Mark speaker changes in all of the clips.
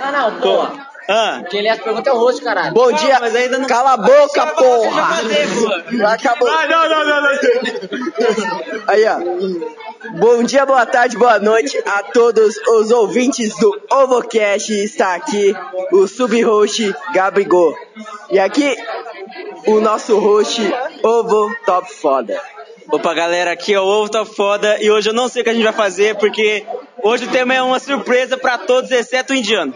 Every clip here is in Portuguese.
Speaker 1: Não, não, porra.
Speaker 2: Ah,
Speaker 1: Quem lê as perguntas é o rosto, caralho.
Speaker 3: Bom dia,
Speaker 2: mas ainda não- Ah,
Speaker 3: cala a boca,
Speaker 2: Acabou,
Speaker 3: porra!
Speaker 2: deixa eu fazer,
Speaker 3: Já acabou.
Speaker 2: Ah, não, não, não, não.
Speaker 3: Aí, ó. Bom dia, boa tarde, boa noite a todos os ouvintes do OvoCast. Está aqui o sub-host Gabigol. E aqui o nosso host Ovo Top Foda.
Speaker 2: Opa, galera, aqui é o Ovo Tá Foda e hoje eu não sei o que a gente vai fazer porque hoje o tema é uma surpresa pra todos, exceto o indiano.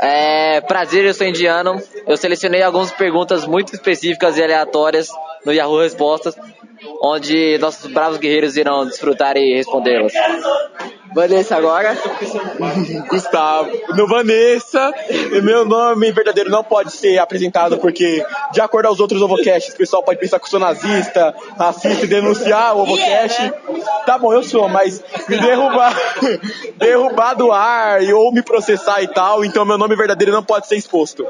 Speaker 1: É, prazer, eu sou indiano. Eu selecionei algumas perguntas muito específicas e aleatórias no Yahoo Respostas, onde nossos bravos guerreiros irão desfrutar e respondê-las.
Speaker 3: Vanessa agora.
Speaker 4: Gustavo. No Vanessa, e meu nome verdadeiro não pode ser apresentado porque, de acordo aos outros Ovocasts, o pessoal pode pensar que eu sou nazista, racista e denunciar o Ovocast. Tá bom, eu sou, mas me derrubar, derrubar do ar e ou me processar e tal, então meu nome verdadeiro não pode ser exposto.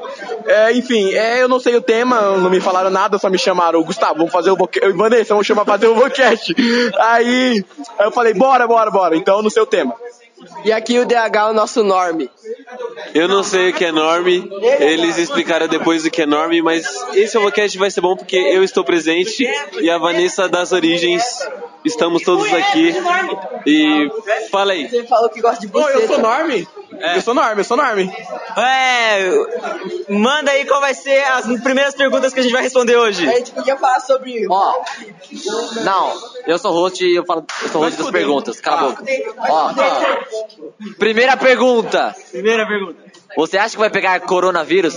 Speaker 4: É, enfim, é, eu não sei o tema, não me falaram nada, só me chamaram, Gustavo, vamos fazer o Ovocast. Vanessa, vamos chamar pra fazer o Ovocast. Aí, aí eu falei, bora, bora, bora. Então, não sei o tema.
Speaker 3: E aqui o DH, o nosso norme.
Speaker 5: Eu não sei o que é norme, eles explicaram depois o que é norme, mas esse podcast vai ser bom porque eu estou presente e a Vanessa das Origens, estamos todos aqui. E fala aí.
Speaker 3: Você tá- falou que gosta de
Speaker 4: Pô, eu sou
Speaker 3: buceta.
Speaker 4: Norme? Eu sou Norme, eu sou Norme.
Speaker 2: É, manda aí qual vai ser as primeiras perguntas que a gente vai responder hoje.
Speaker 3: A gente podia falar sobre...
Speaker 1: Ó, não, eu sou host e eu falo, eu sou host das perguntas, cala a boca. Ó, primeira pergunta:
Speaker 2: Primeira pergunta.
Speaker 1: Você acha que vai pegar coronavírus?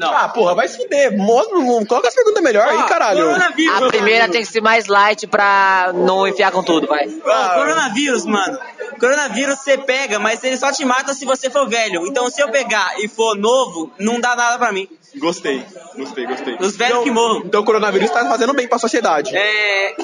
Speaker 4: Ah, porra, vai se fuder. Mostra, coloca as perguntas melhor aí, caralho.
Speaker 2: Coronavírus.
Speaker 1: A primeira tem que ser mais light pra não enfiar com tudo, vai.
Speaker 2: Ó, coronavírus, mano. Coronavírus você pega, mas ele só te mata se você for velho. Então se eu pegar e for novo, não dá nada pra mim.
Speaker 4: Gostei, gostei, gostei.
Speaker 2: Os velhos que morram.
Speaker 4: Então o coronavírus tá fazendo bem pra sociedade.
Speaker 2: É.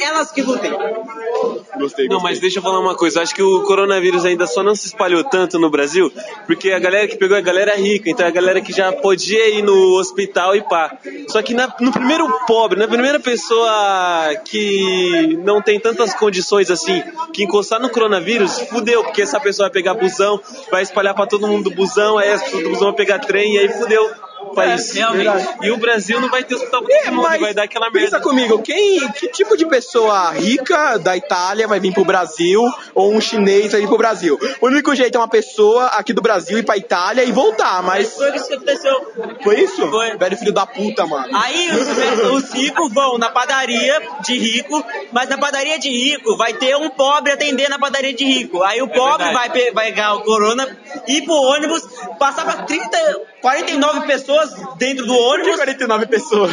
Speaker 2: Elas que lutem.
Speaker 4: Gostei, gostei.
Speaker 5: Não, mas deixa eu falar uma coisa. Acho que o coronavírus ainda só não se espalhou tanto no Brasil, porque a galera que pegou é a galera rica, então é a galera que já podia ir no hospital e pá. Só que na- no primeiro pobre, na primeira pessoa que não tem tantas condições assim, que encostar no coronavírus, fudeu, porque essa pessoa vai pegar busão, vai espalhar pra todo mundo do busão, aí as pessoas do busão vão pegar trem, e aí fudeu. o País.
Speaker 2: realmente.
Speaker 5: e o Brasil não vai ter hospital pra
Speaker 4: É,
Speaker 5: todo mundo,
Speaker 4: mas
Speaker 5: vai dar aquela merda.
Speaker 4: pensa comigo, quem, que tipo de pessoa rica da Itália vai vir pro Brasil ou um chinês vai vir pro Brasil? O único jeito é uma pessoa aqui do Brasil ir pra Itália e voltar, mas
Speaker 2: Foi isso que aconteceu.
Speaker 4: foi isso?
Speaker 2: Foi.
Speaker 4: Velho filho da puta, mano.
Speaker 2: Aí os, os ricos vão na padaria de rico, mas na padaria de rico vai ter um pobre atendendo na padaria de rico.
Speaker 3: É
Speaker 2: Aí o pobre
Speaker 5: verdade.
Speaker 2: vai pe- vai pegar o corona, ir pro ônibus, passar pra 30, 49 pessoas dentro do
Speaker 4: Por que
Speaker 2: ônibus,
Speaker 4: 49 pessoas?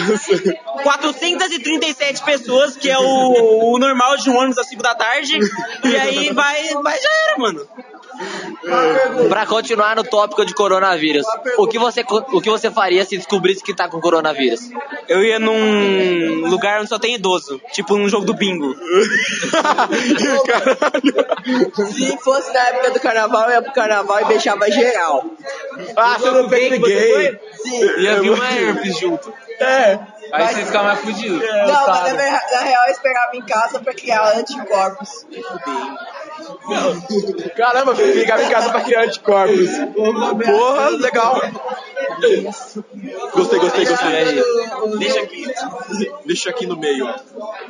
Speaker 2: 437 pessoas, que é o, o normal de um ônibus às 5 da tarde, e aí vai, vai já era, mano.
Speaker 1: Pra continuar no tópico de coronavírus, o que você, co- o que você faria se descobrisse que tá com coronavírus?
Speaker 2: Eu ia num lugar onde só tem idoso, tipo num jogo do bingo.
Speaker 3: Se fosse na época do carnaval, eu ia pro carnaval e beijava geral.
Speaker 4: ah, você não fez ninguém.
Speaker 3: Sim.
Speaker 5: Ia vir uma herpes junto.
Speaker 4: É.
Speaker 5: Aí você fica mais fudido.
Speaker 3: Não, mas na, ver- na real eu esperava em casa pra criar anticorpos.
Speaker 4: Caramba, ficar em casa pra criar anticorpos. Porra, legal. Gostei, gostei, gostei.
Speaker 2: Deixa aqui.
Speaker 4: Deixa aqui no meio.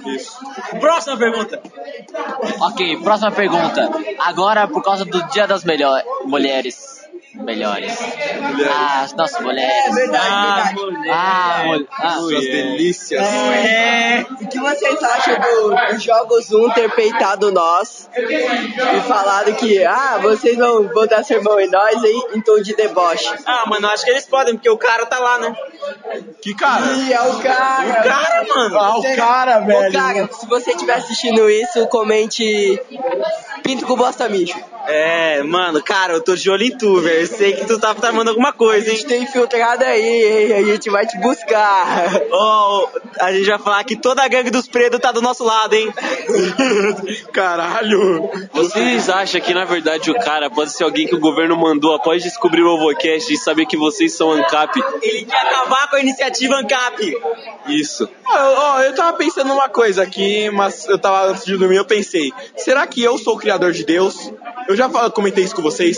Speaker 4: Isso.
Speaker 2: Próxima pergunta.
Speaker 1: Ok, próxima pergunta. Agora, por causa do Dia das Melho- Mulheres. Melhores. Ah, as nossas
Speaker 3: É
Speaker 1: mulheres.
Speaker 3: verdade,
Speaker 2: Ah,
Speaker 3: verdade.
Speaker 1: Ah, mul- ah,
Speaker 4: Suas delícias.
Speaker 2: É.
Speaker 3: O que vocês acham do- dos jogos um ter peitado nós e falado que, ah, vocês vão, vão dar sermão em nós hein, em tom de deboche?
Speaker 2: Ah, mano, eu acho que eles podem, porque o cara tá lá, né?
Speaker 4: Que cara.
Speaker 3: Ih, é o cara!
Speaker 2: Cara, mano.
Speaker 4: Ah, o cara,
Speaker 3: Ô,
Speaker 4: velho.
Speaker 3: cara, se você estiver assistindo isso, comente Pinto com Bosta Mijo.
Speaker 2: É, mano, cara, eu tô de olho em tu, velho. Eu sei que tu tá tramando alguma coisa,
Speaker 3: A
Speaker 2: hein?
Speaker 3: gente tem infiltrado aí, hein? a gente vai te buscar.
Speaker 2: Ó, Oh, a gente vai falar que toda a gangue dos pretos tá do nosso lado, hein?
Speaker 4: Caralho.
Speaker 5: Vocês acham que na verdade o cara pode ser alguém que o governo mandou após descobrir o Ovocast e saber que vocês são ANCAP?
Speaker 2: Ele quer acabar com a iniciativa ANCAP.
Speaker 5: Isso.
Speaker 4: Ó, ó, eu tava pensando uma coisa aqui, mas eu tava antes de dormir, eu pensei, será que eu sou o criador de Deus? Eu já fa- comentei isso com vocês.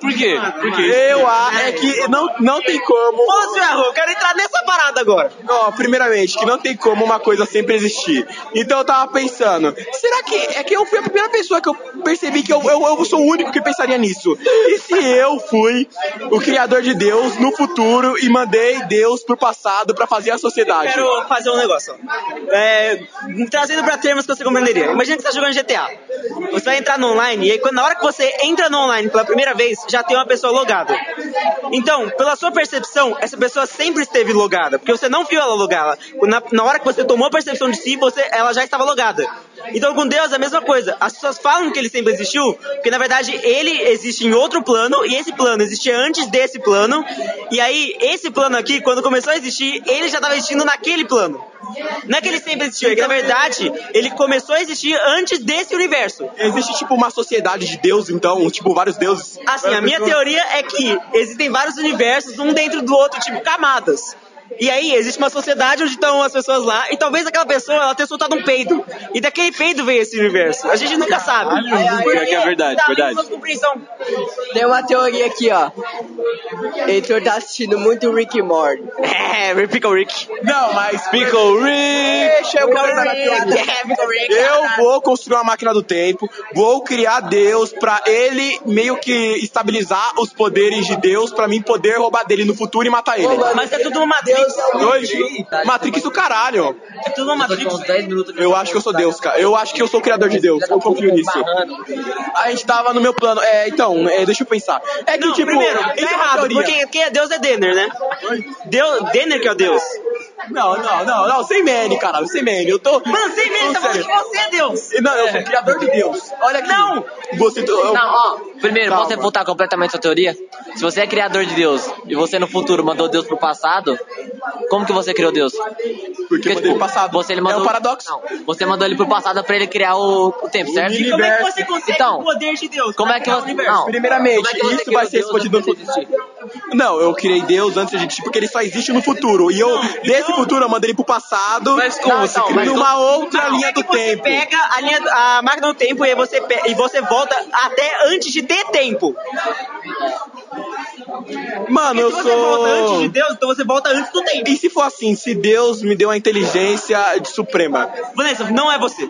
Speaker 5: Por quê? Por quê?
Speaker 4: Eu acho é que não, não tem como.
Speaker 2: Ô, Zé Arru, eu é quero entrar nessa parada agora.
Speaker 4: Ó, primeiramente, que não tem como uma coisa sempre existir. Então eu tava pensando, será que é que eu fui a primeira pessoa que eu percebi que eu, eu, eu sou o único que pensaria nisso? E se eu fui o criador de Deus no futuro e mandei Deus pro passado pra fazer a sociedade?
Speaker 2: Quero fazer um negócio. É, trazendo pra termos que você compreenderia. Imagina que você tá jogando GTA. Você vai entrar no online e aí, quando- na hora que você entra no online pela primeira vez, já tem uma pessoa logada. Então, pela sua percepção, essa pessoa sempre esteve logada, porque você não viu ela logá-la. Na, na hora que você tomou a percepção de si, você, ela já estava logada. Então, com Deus é a mesma coisa. As pessoas falam que ele sempre existiu, porque na verdade ele existe em outro plano e esse plano existia antes desse plano. E aí, esse plano aqui, quando começou a existir, ele já estava existindo naquele plano. Não é que ele sempre existiu, é que na verdade ele começou a existir antes desse universo.
Speaker 4: Existe tipo uma sociedade de Deus, então, tipo vários deuses.
Speaker 2: Assim, a minha teoria é que existem vários universos, um dentro do outro, tipo camadas. E aí, existe uma sociedade onde estão as pessoas lá, e talvez aquela pessoa ela tenha soltado um peido. E daquele peido veio esse universo. A gente nunca sabe.
Speaker 5: pior que é verdade,
Speaker 2: Tá,
Speaker 5: verdade.
Speaker 2: mas compreensão.
Speaker 6: Tem uma teoria aqui, ó. Heitor tá assistindo muito Rick and Morty.
Speaker 2: É, Pickle Rick.
Speaker 4: Não, mas
Speaker 5: Pickle Rick!
Speaker 4: deixa
Speaker 6: um
Speaker 4: eu pensar na teoria.
Speaker 2: É, Pickle Rick.
Speaker 4: Eu vou construir uma máquina do tempo, vou criar Deus pra ele meio que estabilizar os poderes de Deus pra mim poder roubar dele no futuro e matar ele.
Speaker 2: Mas é tudo uma Matrix.
Speaker 4: Dois. Matrix do caralho.
Speaker 2: É tudo uma Matrix.
Speaker 4: Eu acho que eu sou Deus, cara. Eu acho que eu sou o criador de Deus. Eu confio nisso. A gente tava no meu plano. É, então, é, deixa eu pensar. É que
Speaker 2: Não,
Speaker 4: tipo,
Speaker 2: primeiro, tá
Speaker 4: isso
Speaker 5: Então,
Speaker 4: é uma
Speaker 2: errado,
Speaker 4: teoria.
Speaker 2: porque quem é Deus é Denner, né? Deus, Denner que é o Deus.
Speaker 4: Não, não, não, não, sem meme, caralho, sem meme. Eu tô.
Speaker 2: Mano, sem
Speaker 5: Então,
Speaker 4: Não,
Speaker 2: medo, tá falando
Speaker 4: sério.
Speaker 2: que você é Deus.
Speaker 4: Não, eu sou o criador de Deus. Olha aqui.
Speaker 2: Não!
Speaker 4: Você. é Eu,
Speaker 1: Não, ó, primeiro,
Speaker 4: Calma.
Speaker 1: posso refutar completamente sua teoria? Se você é criador de Deus e você no futuro mandou Deus pro passado, como que você criou Deus?
Speaker 4: porque eu mandei
Speaker 1: tipo,
Speaker 4: pro passado.
Speaker 1: Você, ele mandou,
Speaker 4: É um paradoxo.
Speaker 1: Não, você mandou ele pro passado pra ele criar o, o tempo, certo?
Speaker 4: mini-
Speaker 2: Como é que
Speaker 4: Universo.
Speaker 2: você consegue
Speaker 1: Então,
Speaker 2: o poder de Deus?
Speaker 1: Como
Speaker 2: pra
Speaker 1: é que
Speaker 2: criar o
Speaker 1: você.
Speaker 2: universo?
Speaker 1: Não,
Speaker 4: Primeiramente,
Speaker 1: Como é que você
Speaker 4: isso vai
Speaker 1: criou
Speaker 4: ser
Speaker 1: Deus
Speaker 4: respondido no
Speaker 1: antes
Speaker 4: futuro.
Speaker 1: dele
Speaker 4: Não, eu criei Deus antes de existir, porque ele só existe no futuro. E eu, desse futuro, eu mandei ele pro passado. então,
Speaker 5: Mas como
Speaker 1: Não,
Speaker 5: você
Speaker 1: não,
Speaker 5: criou?
Speaker 1: mas
Speaker 4: numa outra
Speaker 2: Não,
Speaker 4: linha
Speaker 2: é que
Speaker 4: do
Speaker 2: você
Speaker 4: tempo.
Speaker 2: pega a, linha, a máquina do tempo e aí você, pe- e você volta até antes de ter tempo.
Speaker 4: Mano, eu
Speaker 2: Se você volta antes de
Speaker 4: sou.
Speaker 2: Deus, então você volta antes do tempo.
Speaker 4: E se for assim, se Deus me deu a inteligência de suprema?
Speaker 2: Vanessa, não é você.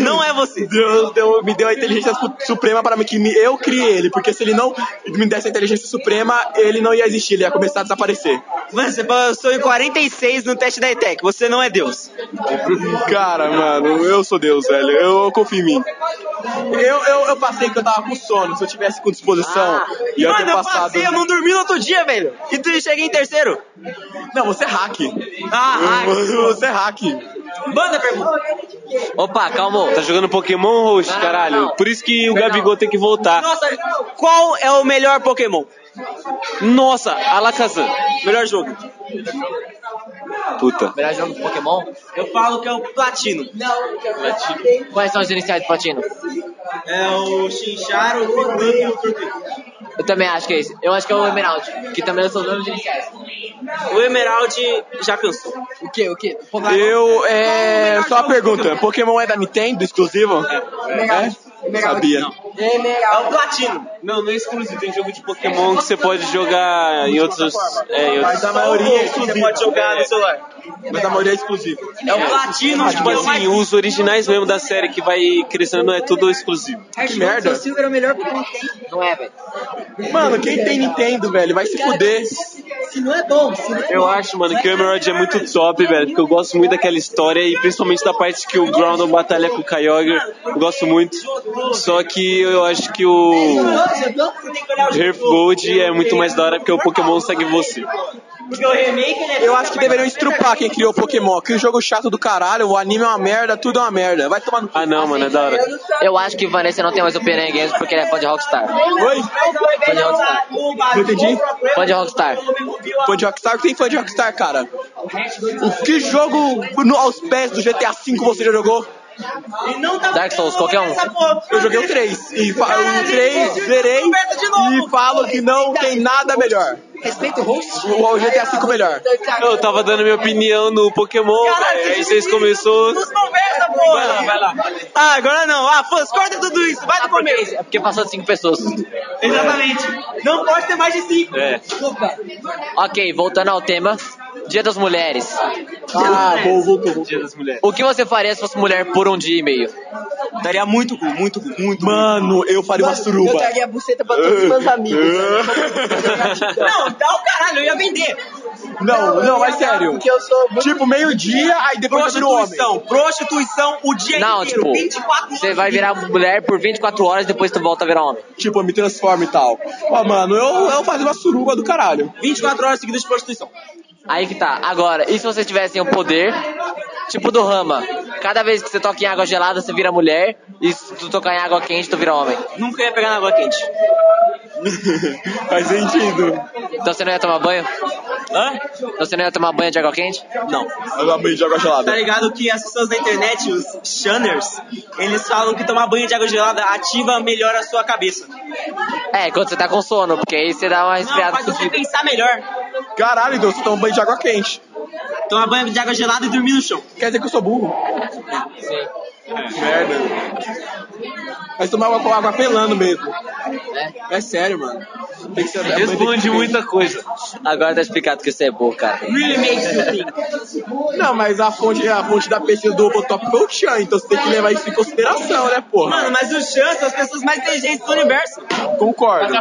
Speaker 2: Não é você.
Speaker 4: Deus deu- me deu a inteligência su- suprema para mim que me- eu criei ele, porque se ele não me desse a inteligência suprema, ele não ia existir, ele ia começar a desaparecer.
Speaker 2: Vanessa, você passou em 46 no teste da ETEC. Você não é Deus.
Speaker 4: Cara, mano, eu sou Deus, velho. Eu, eu confio em mim. Eu, eu, eu passei que eu tava com sono. Se eu tivesse com disposição, ia ter
Speaker 2: Ah, Mano, eu
Speaker 4: passado.
Speaker 2: passei, eu não dormi no outro dia, velho. E tu cheguei em terceiro.
Speaker 4: Não, você é hack.
Speaker 2: Ah, ah
Speaker 4: Você é hack.
Speaker 2: manda a pergunta.
Speaker 1: Opa, calma.
Speaker 5: Tá jogando Pokémon roxo,
Speaker 1: Não, não,
Speaker 5: caralho.
Speaker 1: não.
Speaker 5: Por isso que o Gabigol tem que voltar.
Speaker 2: Nossa, qual é o melhor Pokémon?
Speaker 5: Nossa, Alakazam.
Speaker 2: Melhor jogo.
Speaker 5: Puta.
Speaker 1: Melhor jogo de Pokémon?
Speaker 2: Eu falo que é o Platino.
Speaker 1: Quais são os iniciais de Platino?
Speaker 2: É o Chincharo, o Piplup e o Turpico.
Speaker 1: Eu também acho que é esse. Eu acho que é o Emerald, que também são os nomes iniciais.
Speaker 2: O Emerald já cansou.
Speaker 1: O quê? O quê?
Speaker 4: Eu, é. Só uma pergunta: Pokémon é da Nintendo exclusivo? É? Não sabia.
Speaker 2: É o Platino.
Speaker 5: Não, não é exclusivo. Tem jogo de Pokémon que você pode jogar em outros. É, em outros.
Speaker 4: Mas a maioria é
Speaker 2: Você
Speaker 4: exclusiva.
Speaker 2: pode jogar no celular.
Speaker 4: Mas a maioria é exclusiva.
Speaker 2: É o Platino,
Speaker 5: Tipo assim, os originais mesmo da série que vai crescendo é tudo exclusivo.
Speaker 4: Que merda.
Speaker 1: Não é, velho.
Speaker 4: Mano, quem tem Nintendo, velho, vai se fuder.
Speaker 5: Eu acho, mano, que o Emerald é muito top, velho, porque eu gosto muito daquela história e principalmente da parte que o Groundon batalha com o Kyogre. Eu gosto muito. Só que eu acho que o Earth Gold é muito mais da hora porque o Pokémon segue você.
Speaker 2: Porque o remake ele é
Speaker 4: Eu acho que deveriam estrupar quem criou o Pokémon. Que o jogo chato do caralho, o anime é uma merda, tudo é uma merda. Vai tomar no.
Speaker 5: Ah, não, mano, é da hora.
Speaker 1: Eu acho que Vanessa não tem mais opinião em games porque ele é fã de Rockstar.
Speaker 4: Oi?
Speaker 1: Fã de Rockstar.
Speaker 4: Não entendi.
Speaker 1: Fã de Rockstar.
Speaker 4: Fã de Rockstar? Tem fã de Rockstar, cara? O que jogo no- aos pés do GTA V você já jogou?
Speaker 2: E não tá
Speaker 1: Dark Souls, qualquer um.
Speaker 2: Essa porra.
Speaker 4: Eu joguei o 3. E fa- o
Speaker 2: Caralho,
Speaker 4: 3,
Speaker 2: gente,
Speaker 4: zerei
Speaker 2: aperta de novo.
Speaker 4: e falo que não tem nada melhor.
Speaker 3: Respeita o host.
Speaker 4: O GTA V melhor.
Speaker 5: Eu tava dando minha opinião no Pokémon, velho. Aí É, vocês começou.
Speaker 2: Nos conversa, porra!
Speaker 5: Vai lá, vai lá.
Speaker 2: Ah, agora não. Ah, fãs, corta tudo isso. Vai do começo.
Speaker 1: É porque passou de cinco pessoas.
Speaker 2: Exatamente. Não pode ter mais de cinco.
Speaker 5: É.
Speaker 1: Ok, voltando ao tema. Dia das Mulheres.
Speaker 4: Ah, vou, vou, vou.
Speaker 5: Dia das mulheres.
Speaker 1: O que você faria se fosse mulher por um dia e meio?
Speaker 2: Daria muito cu, muito cu, muito
Speaker 4: Mano, eu faria uma suruba.
Speaker 3: Eu traguei a buceta pra todos os meus amigos.
Speaker 2: cu. Não, dá o caralho, eu ia vender.
Speaker 4: Não, não, mas sério.
Speaker 3: Porque eu sou muito
Speaker 4: Tipo, meio-dia, aí depois eu viro homem.
Speaker 2: Prostituição, prostituição o dia
Speaker 1: Não,
Speaker 2: inteiro.
Speaker 1: tipo,
Speaker 2: 24 horas.
Speaker 1: você vai virar mulher por 24 horas depois tu volta a virar homem.
Speaker 4: Tipo, eu me transformo e tal. Ó, mano, eu, eu fazia uma suruba do caralho.
Speaker 2: 24 horas seguidas de prostituição.
Speaker 1: Aí que tá. Agora, e se vocês tivessem o poder, tipo do Rama? Cada vez que você toca em água gelada, você vira mulher. E se tu tocar em água quente, tu vira homem.
Speaker 2: Nunca ia pegar na água quente.
Speaker 4: Faz sentido.
Speaker 1: Então você não ia tomar banho?
Speaker 2: Hã?
Speaker 1: Então você não ia tomar banho de água quente?
Speaker 2: Não.
Speaker 4: Eu amei de água
Speaker 2: Tá
Speaker 4: gelada.
Speaker 2: ligado que as pessoas da internet, os shunners, eles falam que tomar banho de água gelada ativa melhor a sua cabeça.
Speaker 1: É, quando você tá com sono, porque aí você dá uma
Speaker 2: Não,
Speaker 1: resfriada
Speaker 2: faz você
Speaker 1: fodida.
Speaker 2: pensar melhor.
Speaker 4: Caralho, Deus, eu tomo banho de água quente.
Speaker 2: Tomar banho de água gelada e dormir no chão.
Speaker 4: Quer dizer que eu sou burro? Sim. Merda. Mas tomar água com água pelando mesmo. É sério, mano. Tem que ser
Speaker 5: Responde muita coisa.
Speaker 1: Agora tá explicado que você é burro, cara.
Speaker 2: Really makes you think.
Speaker 4: Não, mas a fonte, a fonte da peixe do Robotop foi o Chan, então você tem que levar isso em consideração, né, porra?
Speaker 2: Mano, mas o Chan são as pessoas mais inteligentes do universo.
Speaker 4: Concordo.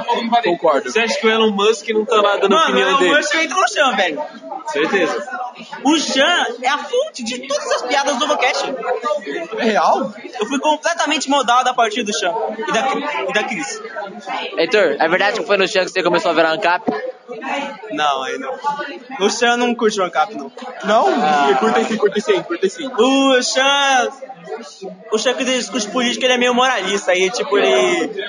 Speaker 4: Concordo.
Speaker 5: Você acha que o Elon Musk não tá nada na
Speaker 2: Mano, é
Speaker 5: opinião
Speaker 2: o
Speaker 5: dele?
Speaker 2: Musk entra no Chan, velho.
Speaker 5: Certeza.
Speaker 2: O Chan é a fonte de todas as piadas do Vocast.
Speaker 4: É real?
Speaker 2: Eu fui completamente modal da partir do Chan e da, Cri- e da Cris.
Speaker 1: Heitor, é verdade que foi no chão que você começou a virar um ANCAP?
Speaker 2: Não, aí não. O Chan não curte o Ancap, não. Ah.
Speaker 4: Não? Curtem sim, curtem sim, curtem sim.
Speaker 2: O Chan. O Chan que discute política, ele é meio moralista. Aí, tipo, ele.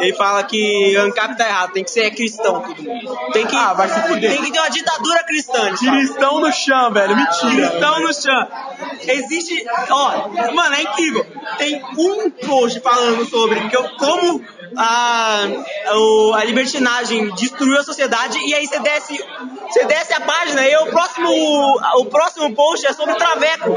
Speaker 2: Ele fala que ANCAP tá errado, tem que ser cristão todo mundo. Tem que.
Speaker 4: Ah, vai se fuder.
Speaker 2: Tem que ter uma ditadura cristã. ele fala.
Speaker 4: Cristão no chão, velho. Mentira.
Speaker 2: Cristão no Chan. Ah, então, Existe. Ó, mano, é incrível. Tem um post falando sobre que eu, como a, o- a libertinagem destruiu a sociedade e aí você desce. Você desce a página e o próximo, o próximo post é sobre traveco.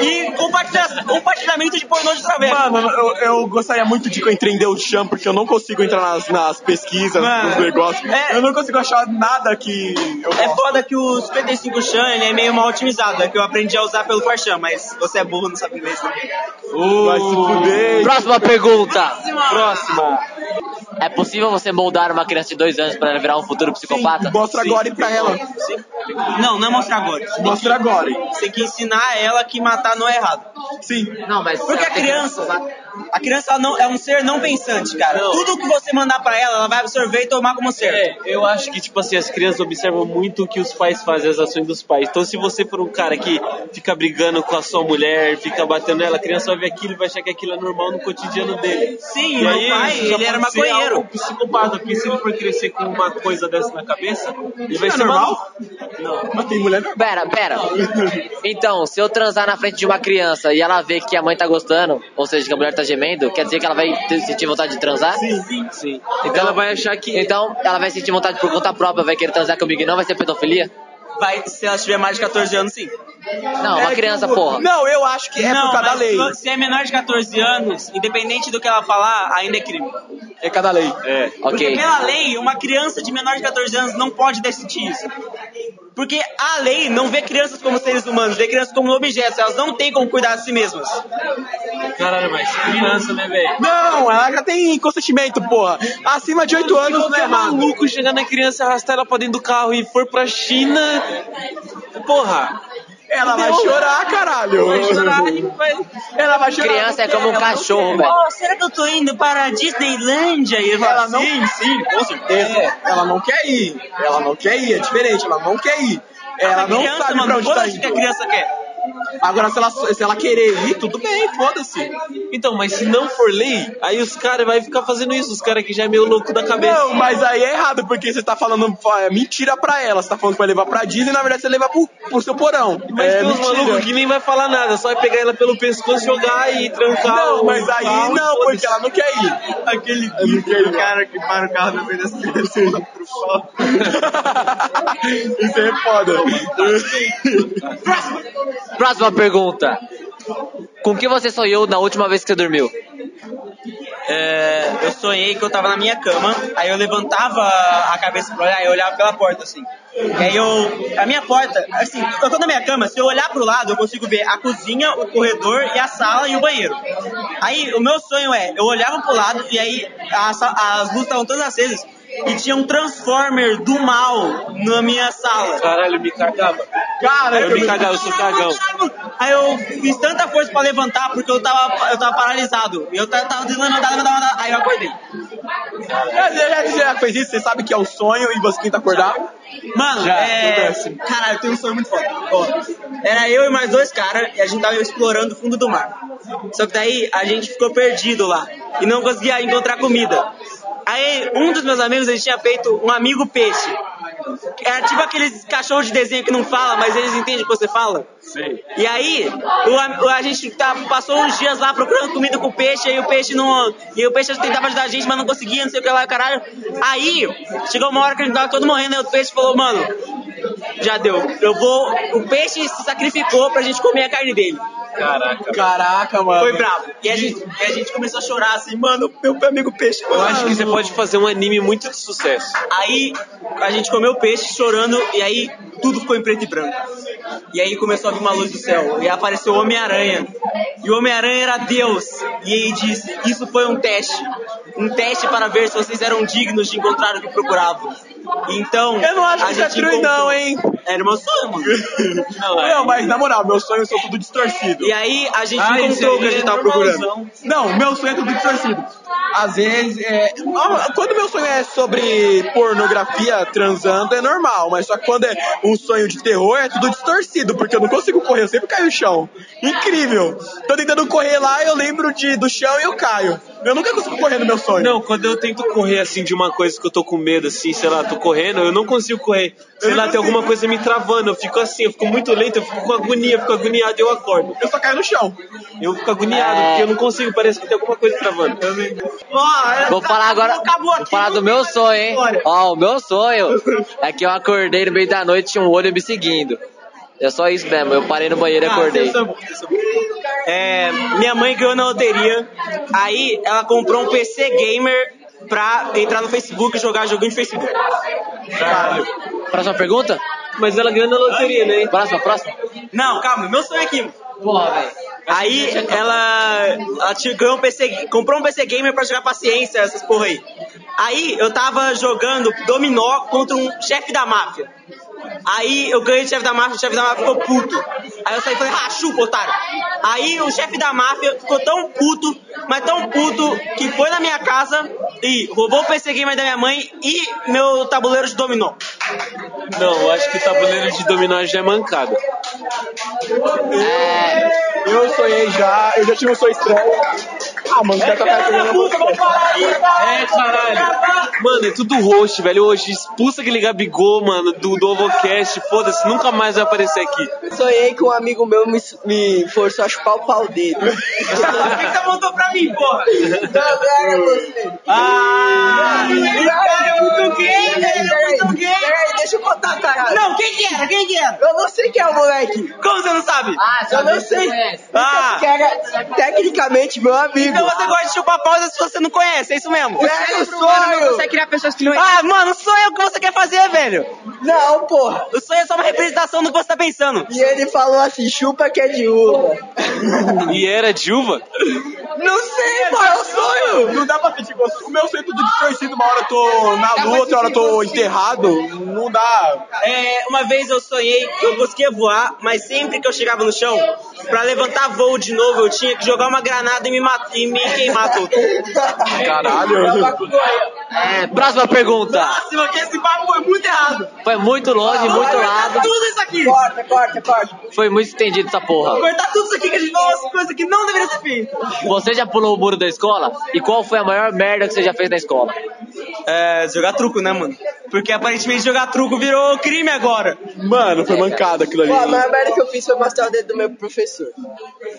Speaker 2: E compartilha- compartilhamento de pornô de traveco.
Speaker 4: Mano, eu, eu gostaria muito de entender o Chan, porque eu não consigo entrar nas, nas pesquisas,
Speaker 2: Mano,
Speaker 4: nos negócios.
Speaker 2: é-
Speaker 4: Eu não consigo achar nada que eu
Speaker 2: É
Speaker 4: gosto.
Speaker 2: foda que o 55 Chan ele é meio mal otimizado, é que eu aprendi a usar pelo Farchan, mas você é burro, não sabe inglês. né?
Speaker 4: Vai se fuder.
Speaker 1: Próxima pergunta!
Speaker 4: Próxima.
Speaker 1: É possível você moldar uma criança de dois anos pra ela virar um futuro psicopata?
Speaker 4: Mostra agora e pra ela.
Speaker 2: Não, não é mostrar agora.
Speaker 4: Mostra agora.
Speaker 2: Você tem que ensinar ela que matar não é errado.
Speaker 4: Sim.
Speaker 1: Não, mas. é
Speaker 2: Porque a criança, a criança ela não, é um ser não pensante, cara. Tudo que você mandar pra ela, ela vai absorver e tomar como certo.
Speaker 5: É, eu acho que, tipo assim, as crianças observam muito o que os pais fazem, as ações dos pais. Então, se você for um cara que fica brigando com a sua mulher, fica batendo nela, a criança vai ver aquilo e vai achar que aquilo é normal no cotidiano dele.
Speaker 2: Sim,
Speaker 5: E
Speaker 2: meu
Speaker 5: aí,
Speaker 2: pai,
Speaker 5: isso já
Speaker 2: ele era
Speaker 5: pode ser
Speaker 2: maconheiro.
Speaker 5: algo psicopata, porque se ele for crescer com uma coisa dessa na cabeça, ele vai
Speaker 4: Isso
Speaker 5: ser
Speaker 4: não é normal?
Speaker 5: maluco.
Speaker 4: Mas tem mulher normal.
Speaker 1: Pera, pera. Então, se eu transar na frente de uma criança e ela vê que a mãe tá gostando, ou seja, que a mulher tá gemendo, quer dizer que ela vai ter- sentir vontade de transar?
Speaker 5: Sim, sim. Então, ela vai achar que.
Speaker 1: Então, ela vai sentir vontade por conta própria, vai querer transar comigo e não vai ser pedofilia?
Speaker 2: Vai, se ela tiver mais de 14 anos, sim.
Speaker 1: Não, uma criança, porra.
Speaker 4: É, Não, eu acho que é por causa da
Speaker 2: mas
Speaker 4: lei.
Speaker 2: se é menor de 14 anos, independente do que ela falar, ainda é crime.
Speaker 4: É cada lei.
Speaker 5: É.
Speaker 2: Porque
Speaker 1: Ok.
Speaker 2: pela lei, uma criança de menor de 14 anos não pode decidir isso. Porque a lei não vê crianças como seres humanos, vê crianças como objetos. Elas não têm como cuidar de si mesmas.
Speaker 5: Caralho, mas criança, né, velho?
Speaker 4: Não, ela já tem consentimento, porra. Acima de 8 anos não é
Speaker 5: É
Speaker 4: errado.
Speaker 5: maluco chegar na criança, arrastar ela pra dentro do carro e for pra China. Porra!
Speaker 4: Ela vai chorar, caralho.
Speaker 2: Vai chorar e vai...
Speaker 4: Ela vai chorar.
Speaker 1: Criança é como um cachorro, velho.
Speaker 2: Oh, será que eu tô indo para a Disneylândia? E ele fala,
Speaker 4: Ela não... Sim, sim, com certeza. Ela não quer ir. Ela não quer ir, é diferente. Ela não quer ir. Ela
Speaker 2: criança,
Speaker 4: não sabe
Speaker 2: mano,
Speaker 4: pra onde tá
Speaker 2: foda-se o que a
Speaker 4: indo.
Speaker 2: criança quer.
Speaker 4: Agora, se ela, se ela querer ir, tudo bem, foda-se.
Speaker 5: Então, mas se não for lei, aí os caras vai ficar fazendo isso, os caras que já é meio louco da cabeça.
Speaker 4: Não, mas aí é errado, porque você tá falando fa- mentira pra ela. Você tá falando que vai levar pra Disney, na verdade você leva pro, pro seu porão.
Speaker 5: Mas
Speaker 4: é,
Speaker 5: tem uns
Speaker 4: mentira.
Speaker 5: malucos que nem vai falar nada, só vai pegar ela pelo pescoço, jogar e trancar.
Speaker 4: Não,
Speaker 5: o
Speaker 4: mas aí
Speaker 5: carro e
Speaker 4: não,
Speaker 5: foda-se.
Speaker 4: porque ela não quer ir.
Speaker 7: Aquele vídeo do cara que para o carro no meio das crianças e vai pro shopping.
Speaker 4: Isso é foda.
Speaker 1: Próxima pergunta. Com que você sonhou na última vez que você dormiu?
Speaker 2: É, eu sonhei que eu tava na minha cama, aí eu levantava a cabeça pra olhar, aí eu olhava pela porta, assim. E aí eu. A minha porta, assim, eu tô na minha cama, se eu olhar pro lado, eu consigo ver a cozinha, o corredor e a sala e o banheiro. Aí o meu sonho é, eu olhava pro lado e aí a sa- as luzes estavam todas acesas. E tinha um Transformer do mal na minha sala.
Speaker 5: Caralho, eu me cagava.
Speaker 4: Cara,
Speaker 5: Eu me cagava, eu sou cagão.
Speaker 2: Aí eu fiz tanta força pra levantar porque eu tava, eu tava paralisado. E eu tava, tava levantado, levantado, levantado. Aí eu acordei.
Speaker 4: já, já, já, já fez isso, você sabe que é um sonho e você tenta acordar.
Speaker 2: Mano,
Speaker 4: Já,
Speaker 2: é.
Speaker 5: assim.
Speaker 4: acontece.
Speaker 2: Caralho, tem um sonho muito foda. Ó, era eu e mais dois caras e a gente tava explorando o fundo do mar. Só que daí a gente ficou perdido lá e não conseguia encontrar comida. Aí um dos meus amigos ele tinha feito um amigo peixe. Era tipo aqueles cachorros de desenho que não fala, mas eles entendem o que você fala. Sim. E aí, o am- o- a gente tá- passou uns dias lá procurando comida com o peixe, aí o peixe não. E o peixe tentava ajudar a gente, mas não conseguia, não sei o que lá, caralho. Aí, chegou uma hora que a gente tava todo morrendo, aí o peixe falou, mano, já deu. Eu vou. O peixe se sacrificou pra gente comer a carne dele.
Speaker 4: Caraca, mano.
Speaker 2: Foi brabo. E a gente, e a gente começou a chorar assim, mano, meu amigo peixe.
Speaker 5: Eu acho que você pode fazer um anime muito de sucesso.
Speaker 2: Aí a gente comeu peixe chorando e aí tudo ficou em preto e branco. E aí começou a vir uma luz do céu e apareceu o Homem-Aranha. E o Homem-Aranha era Deus. E ele disse: Isso foi um teste. Um teste para ver se vocês eram dignos de encontrar o que procuravam. Então.
Speaker 4: Eu não acho
Speaker 2: a
Speaker 4: que isso é
Speaker 2: gente
Speaker 4: true, não,
Speaker 2: encontrou.
Speaker 4: hein?
Speaker 2: Era meu sonho, mano.
Speaker 4: Não, é. mas na moral, meus sonhos são tudo distorcido.
Speaker 2: E aí a gente
Speaker 4: Ah, esse
Speaker 2: encontrou o que a
Speaker 4: aí
Speaker 2: gente
Speaker 4: é
Speaker 2: tava
Speaker 4: normalzão.
Speaker 2: procurando.
Speaker 4: Não, meu sonho é tudo distorcido. Às vezes, é... ah, quando meu sonho é sobre pornografia transando, é normal. Mas só que quando é um sonho de terror, é tudo distorcido, porque eu não consigo correr, eu sempre caio no chão. Incrível. Tô tentando correr lá, eu lembro de, do chão e eu caio. Eu nunca consigo correr no meu sonho.
Speaker 5: Não, quando eu tento correr assim de uma coisa que eu tô com medo, assim, sei lá, tô correndo, eu não consigo correr. Sei
Speaker 4: Eu
Speaker 5: lá,
Speaker 4: não
Speaker 5: tem
Speaker 4: consigo.
Speaker 5: alguma coisa me travando, eu fico assim, eu fico muito lento, eu fico com agonia, eu fico agoniado e eu acordo.
Speaker 4: Eu só caio no chão.
Speaker 5: Eu fico agoniado, porque eu não consigo, parece que tem alguma coisa travando.
Speaker 1: Vou falar agora. Vou falar do meu sonho, hein? Ó, o meu sonho é que eu acordei no meio da noite e tinha um olho me seguindo. É só isso mesmo, eu parei no banheiro e
Speaker 2: Ah,
Speaker 1: acordei.
Speaker 2: tá É, minha mãe ganhou na loteria. Aí ela comprou um PC gamer pra entrar no Facebook e jogar joguinho de Facebook.
Speaker 1: Próxima pergunta?
Speaker 5: Mas ela ganhou na loteria, né?
Speaker 1: Próxima, próxima?
Speaker 2: Não, calma, meu sonho é aqui.
Speaker 1: Porra, velho.
Speaker 2: Aí ela, ela tinha- ganhou um PC, comprou um PC gamer pra jogar paciência, essas porra aí. Aí eu tava jogando dominó contra um chefe da máfia. Aí eu ganhei o chefe da máfia, o chefe da máfia ficou puto. Aí eu saí e falei, ah, chupa, otário. Aí o chefe da máfia ficou tão puto, mas tão puto, que foi na minha casa e roubou o PC gamer da minha mãe e meu tabuleiro de dominó.
Speaker 5: Não, eu acho que o tabuleiro de dominó já é mancado.
Speaker 4: Eu sonhei já, eu já tive um sonho estranho. Ah, mano, já tá
Speaker 5: É, caralho. Mano, é tudo roxo, velho. Hoje expulsa aquele Gabigol, mano, do, do Ovocast. Foda-se, nunca mais vai aparecer aqui.
Speaker 6: Sonhei que um amigo meu me, me forçou a chupar o pau dele.
Speaker 2: Por que você voltou pra mim, porra? Ah!
Speaker 6: Esse cara é muito gay, ele é muito gay. Peraí, deixa eu contar, caralho.
Speaker 2: Não, quem que era? Quem que era?
Speaker 6: Eu não sei quem é o moleque.
Speaker 2: Como você não sabe?
Speaker 6: eu não sei. Então,
Speaker 2: Ah!
Speaker 6: Que era é tecnicamente meu amigo.
Speaker 2: Então você gosta de chupar pausa se você não conhece, é isso mesmo?
Speaker 6: Era o sonho.
Speaker 3: criar pessoas que não
Speaker 2: Ah, mano, o sonho é o que você quer fazer, velho.
Speaker 6: Não, porra.
Speaker 2: O sonho é só uma representação do que você tá pensando.
Speaker 6: E ele falou assim, chupa que é de uva.
Speaker 5: E era de uva?
Speaker 6: Não sei, pô, é o sonho.
Speaker 4: Não dá pra sentir gosto. O meu sonho é tudo distorcido. Uma hora eu tô na lua, outra hora eu tô enterrado. Não dá.
Speaker 2: É, uma vez eu sonhei achei que eu conseguia voar, mas sempre que eu chegava no chão, pra levantar voo de novo, eu tinha que jogar uma granada e me, mat- e me queimar todo.
Speaker 4: Caralho.
Speaker 1: É, próxima pergunta.
Speaker 2: Próxima, que esse papo foi muito errado.
Speaker 1: Foi muito longe, muito
Speaker 2: Vamos cortar
Speaker 1: lado.
Speaker 2: tá tudo isso aqui.
Speaker 3: Corta, corta, corta.
Speaker 1: Foi muito estendido essa porra.
Speaker 2: Cortar tudo isso aqui que a gente falou, as coisas que não deveria ser feita.
Speaker 1: Você já pulou o muro da escola? E qual foi a maior merda que você já fez na escola?
Speaker 2: É, jogar truco, né, mano? Porque aparentemente jogar truco virou crime agora.
Speaker 4: Mano, foi mancada aquilo
Speaker 3: Pô, a
Speaker 4: ali.
Speaker 3: maior merda que eu fiz foi mostrar o dedo do meu professor.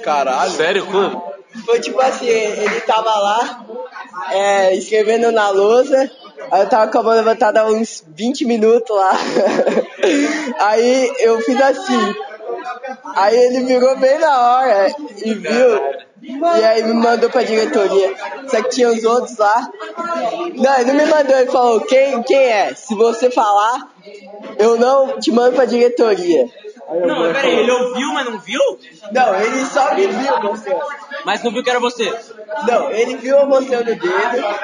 Speaker 4: Caralho.
Speaker 5: Sério, mano?
Speaker 3: Foi tipo assim, ele tava lá, é, escrevendo na lousa, aí eu tava com a mão levantada há uns 20 minutos lá. Aí eu fiz assim. Aí ele virou bem na hora e viu. E aí me mandou pra diretoria. Só que tinha os outros lá. Não, ele não me mandou, ele falou, quem, quem é? Se você falar, eu não te mando pra diretoria.
Speaker 2: Não, mas peraí, ele ouviu, mas não viu?
Speaker 3: Não, ele só me viu, você.
Speaker 2: Mas não viu que era você.
Speaker 3: Não, ele viu eu mostrando o dedo,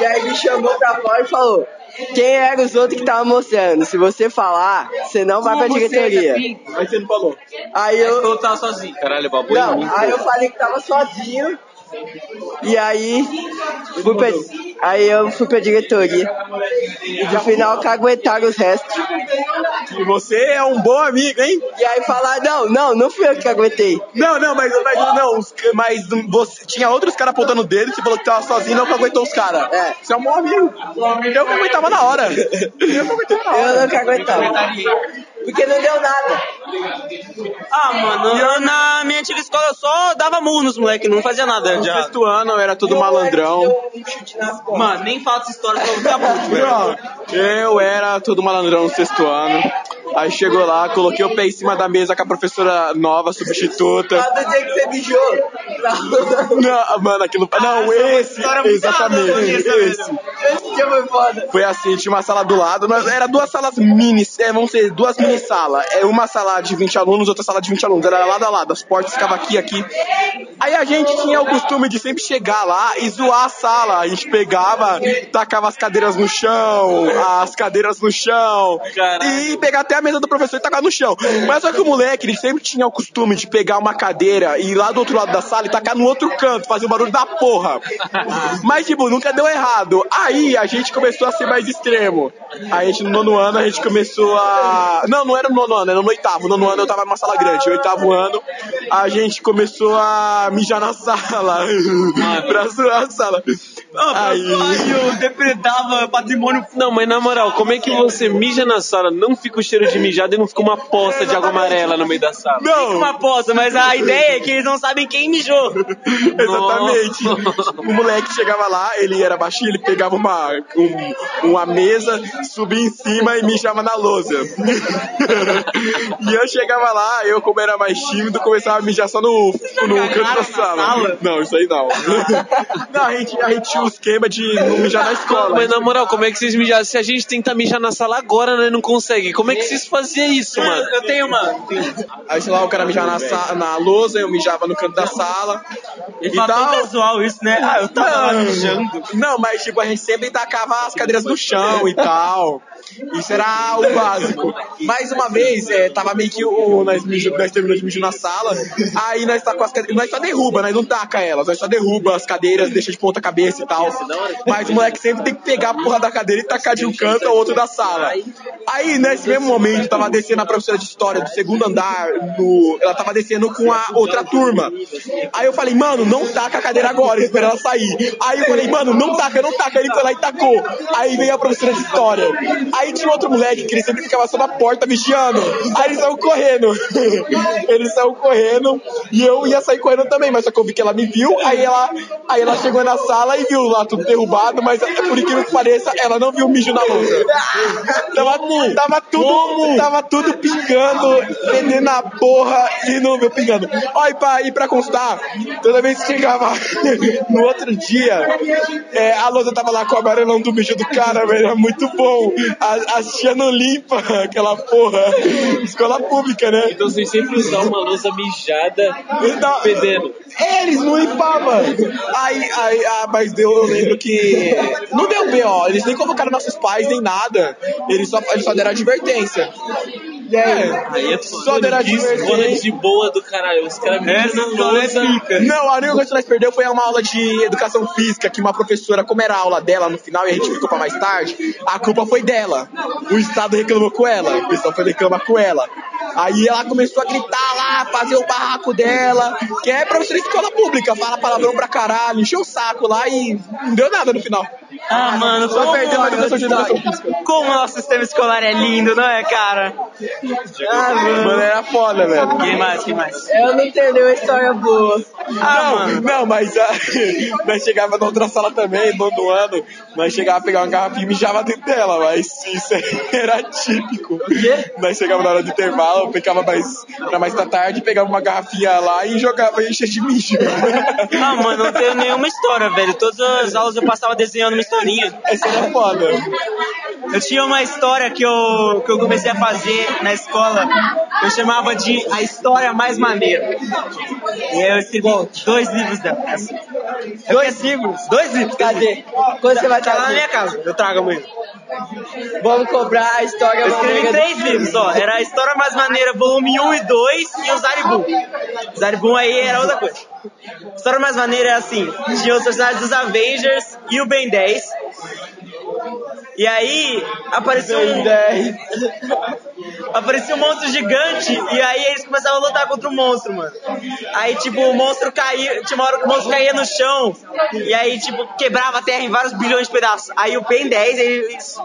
Speaker 3: e aí me chamou pra fora e falou: Quem eram os outros que estavam mostrando? Se você falar, você não vai pra diretoria.
Speaker 4: Aí você não falou.
Speaker 3: Aí eu.
Speaker 2: Eu tava sozinho.
Speaker 5: Caralho, babu.
Speaker 3: Não, aí eu falei que tava sozinho. E aí. Fui pra, aí eu fui pra diretoria. E no final caguetaram os restos.
Speaker 4: E você é um bom amigo, hein?
Speaker 3: E aí falaram, não, não, não fui eu que aguentei.
Speaker 4: Não, não, mas, mas não, os- mas você, tinha outros caras apontando o dedo, você falou que tava sozinho, não que aguentou os caras.
Speaker 3: É.
Speaker 4: Você é um bom amigo. Eu que aguentava na hora. Eu que aguentava na
Speaker 3: Eu
Speaker 4: hora.
Speaker 3: não que aguentava. Porque não deu nada.
Speaker 2: Ah, mano, eu, na minha antiga escola eu só dava murro nos moleques, não fazia nada
Speaker 4: No
Speaker 2: já.
Speaker 4: sexto ano eu era tudo malandrão.
Speaker 3: Deu um chute nas costas.
Speaker 2: Mano, nem fala essa história, senão eu vou ficar puto, velho.
Speaker 4: Não, eu era todo malandrão no sexto ano. Aí chegou lá, coloquei o pé em cima da mesa com a professora nova, substituta.
Speaker 3: Lá do dia que você mijou. Não.
Speaker 4: Não, mano, aquilo. Não, esse!
Speaker 2: história é muito
Speaker 4: Exatamente,
Speaker 2: nada, eu conheço essa
Speaker 4: esse.
Speaker 3: Esse dia foi foda.
Speaker 4: Foi assim, tinha uma sala do lado, nós, era duas salas mini, é, vão ser duas mini salas. É uma sala de 20 alunos, outra sala de 20 alunos. Era lado a lado, as portas ficavam aqui aqui. Aí a gente tinha o costume de sempre chegar lá e zoar a sala. A gente pegava, tacava as cadeiras no chão, as cadeiras no chão. E pegar até a mesa do professor e tacar no chão. Mas só que o moleque, ele sempre tinha o costume de pegar uma cadeira e ir lá do outro lado da sala e tacar no outro canto, fazer o barulho da porra. Mas, tipo, nunca deu errado. Aí a gente começou a ser mais extremo. A gente, no nono ano, a gente começou a. Não, não era no nono ano, era no oitavo. No nono ano eu tava numa sala grande. No oitavo ano, a gente começou a mijar na sala. pra zoar a sala. Aí.
Speaker 2: Ai, eu depredava patrimônio.
Speaker 5: Não, mas na moral, como é que você mija na sala, não fica o cheiro de mijado e não fica uma poça de água amarela no meio da sala?
Speaker 4: Não!
Speaker 2: Uma poça, mas a ideia é que eles não sabem quem mijou.
Speaker 4: Exatamente. O moleque chegava lá, ele era baixinho, ele pegava uma, um- uma mesa, subia em cima e mijava na lousa. e eu chegava lá, eu, como era mais tímido, começava a mijar só no, no canto da sala. Não, isso aí não. não, a gente, a gente tinha o esquema de não mijar na
Speaker 5: Mano,
Speaker 4: escola.
Speaker 5: mas na moral, como é que vocês mijaram? Se a gente tenta mijar na sala agora, nós não consegue. Como é que vocês faziam isso, mano?
Speaker 2: Eu tenho uma.
Speaker 4: Aí, sei lá, o cara mijava na, sa- na lousa, eu mijava no canto da sala. E
Speaker 2: Tá tão
Speaker 4: tal.
Speaker 2: casual isso, né? Ah, eu tava lá mijando.
Speaker 4: Não, mas tipo, a gente sempre tacava as cadeiras no chão e tal. Isso era o básico. Mais uma vez, é, tava meio que o. Nós, mijo- nós terminou de mijar na sala. Aí nós tacamos as cadeiras. Nós só derruba, nós não taca elas, nós só derruba as cadeiras, deixa de ponta cabeça e tal. Mas o moleque sempre tem que pegar a porra da cadeira e tacar de um canto ao outro da sala. Aí, nesse mesmo momento, tava descendo a professora de história do segundo andar, do- ela tava descendo com a outra turma. Aí eu falei, mano, não taca a cadeira agora, espera ela sair. Aí eu falei, mano, não taca, não taca. Ele foi lá e tacou. Aí veio a professora de história. Aí tinha um outro moleque que ele sempre ficava só na porta vigiando. Aí ele saiu correndo. ele saiu correndo e eu ia sair correndo também, mas só que eu vi que ela me viu. Aí ela, aí ela chegou na sala e viu lá tudo derrubado, mas é por incrível que pareça, ela não viu o mijo na lousa. Tava, tava tudo, tava tudo pingando, vendendo a porra e não viu pingando. Ó, e pra, e pra constar, toda vez que chegava no outro dia, é, a lousa tava lá com o amarelão do bicho do cara, velho, era muito bom. A, a tia não limpa aquela porra. Escola pública, né?
Speaker 5: Então vocês sempre usam uma lousa mijada
Speaker 4: Então-
Speaker 5: fedendo.
Speaker 4: É, Eles não limpavam. Aí, aí, ah, mas deu, eu lembro que. Não deu B, ó. Eles nem convocaram nossos pais, nem nada. Eles só, eles só deram advertência.
Speaker 3: E aí?
Speaker 5: Aí é
Speaker 4: Só deram
Speaker 5: Escola de boa do caralho. Os caras me usam lousa.
Speaker 4: Não, a única coisa que nós perdeu foi uma aula de educação física, que uma professora, como era a aula dela no final e a gente ficou pra mais tarde, a culpa foi dela. O Estado reclamou com ela, o pessoal foi reclamar com ela. Aí ela começou a gritar lá, fazer o barraco dela, que é professora de escola pública, fala palavrão pra caralho, encheu o saco lá e não deu nada no final.
Speaker 2: Ah, mano,
Speaker 4: Só
Speaker 2: como,
Speaker 4: perdeu a educação de educação física.
Speaker 2: como o nosso sistema escolar é lindo, não é, cara? Ah, mano.
Speaker 4: Mano, era foda, velho.
Speaker 2: Quem mais, quem mais?
Speaker 3: Eu não entendi a história boa.
Speaker 2: Ah, mano.
Speaker 4: Não, mas ah, nós chegava na outra sala também, no outro ano, nós chegava a pegar uma garrafinha e mijava dentro dela, mas isso era típico. O quê? Nós chegava na hora do intervalo, pegava mais, era mais da tarde, pegava uma garrafinha lá e jogava e enchia de mijo.
Speaker 2: Ah, mano, não tenho nenhuma história, velho. Todas as aulas eu passava desenhando uma historinha.
Speaker 4: Essa era foda.
Speaker 2: Eu tinha uma história que eu, que eu comecei a fazer na escola, que eu chamava de A História Mais Maneira. E aí eu escrevi dois livros dela. Dois livros? Dois livros?
Speaker 3: Cadê? Quando você vai
Speaker 2: Tá lá na minha
Speaker 3: trazer?
Speaker 2: casa, eu trago amanhã.
Speaker 3: Vamos cobrar a história
Speaker 2: Eu
Speaker 3: maneira
Speaker 2: escrevi
Speaker 3: do-
Speaker 2: três livros, ó. Era a História Mais Maneira, volume 1 e 2, e o Zaribum. Zaribum aí era outra coisa. A História Mais Maneira é assim: tinha os personagens dos Avengers e o Ben 10. E aí apareceu um. apareceu um monstro gigante, e aí eles começavam a lutar contra o monstro, mano. Aí, tipo, o monstro caía. Tinha uma hora que o monstro caía no chão, e aí, tipo, quebrava a terra em vários bilhões de pedaços. Aí o Ben 10, eles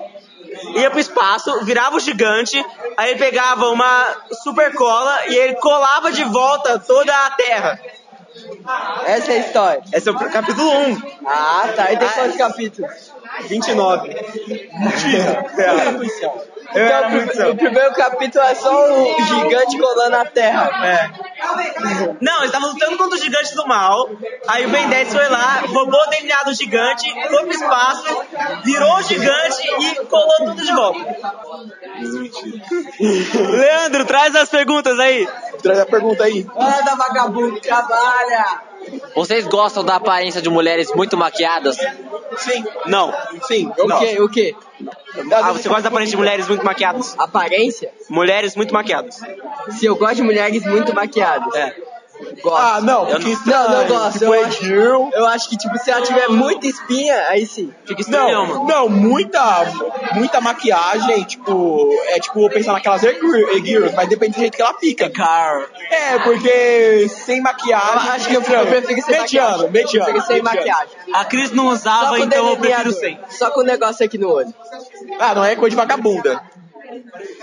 Speaker 2: ia pro espaço, virava o gigante, aí ele pegava uma super cola e ele colava de volta toda a Terra.
Speaker 3: Essa é a história.
Speaker 2: Esse é o capítulo 1,
Speaker 3: Ah, tá. E tem quantos capítulos? é
Speaker 2: 29. é Eu
Speaker 3: Então,
Speaker 2: era
Speaker 3: o
Speaker 2: muito
Speaker 3: prim- o primeiro capítulo é só o gigante colando a terra.
Speaker 2: Não, eles estavam lutando contra os gigantes do mal. Aí o Ben 10 foi lá, roubou o DNA do gigante, foi pro espaço, virou o gigante e colou tudo de volta. Leandro, traz as perguntas aí.
Speaker 4: Traz a pergunta aí.
Speaker 3: Anda, vagabundo, trabalha!
Speaker 1: Vocês gostam da aparência de mulheres muito maquiadas?
Speaker 2: Não.
Speaker 3: Sim, o
Speaker 2: Não.
Speaker 3: quê? O quê?
Speaker 2: Ah, você gosta da aparência de mulheres muito maquiadas?
Speaker 3: Aparência?
Speaker 2: Mulheres muito maquiadas.
Speaker 3: Se eu gosto de mulheres muito maquiadas.
Speaker 2: É.
Speaker 3: Gosto.
Speaker 4: Ah, não,
Speaker 2: Eu
Speaker 4: porque
Speaker 2: não-
Speaker 4: isso
Speaker 3: não, não
Speaker 4: é-
Speaker 3: gosto.
Speaker 4: tipo,
Speaker 3: Eu
Speaker 4: é
Speaker 3: acho,
Speaker 4: girl.
Speaker 3: eu acho que, tipo, se ela tiver muita espinha, aí sim.
Speaker 2: Fica estranhão, mano.
Speaker 4: Não, não, muita, muita maquiagem, tipo, é tipo pensar naquelas girls, mas depende do jeito que ela fica. É, porque sem maquiagem.
Speaker 3: Eu acho que eu prefiro- eu prefiro sem
Speaker 4: mediano,
Speaker 3: maquiagem.
Speaker 4: mediano.
Speaker 3: Fica sem
Speaker 4: mediano.
Speaker 3: maquiagem.
Speaker 2: A Cris não usava,
Speaker 3: com
Speaker 2: então eu prefiro
Speaker 3: delineador.
Speaker 2: sem.
Speaker 3: Só com o negócio aqui no olho.
Speaker 4: Ah, não é coisa de vagabunda.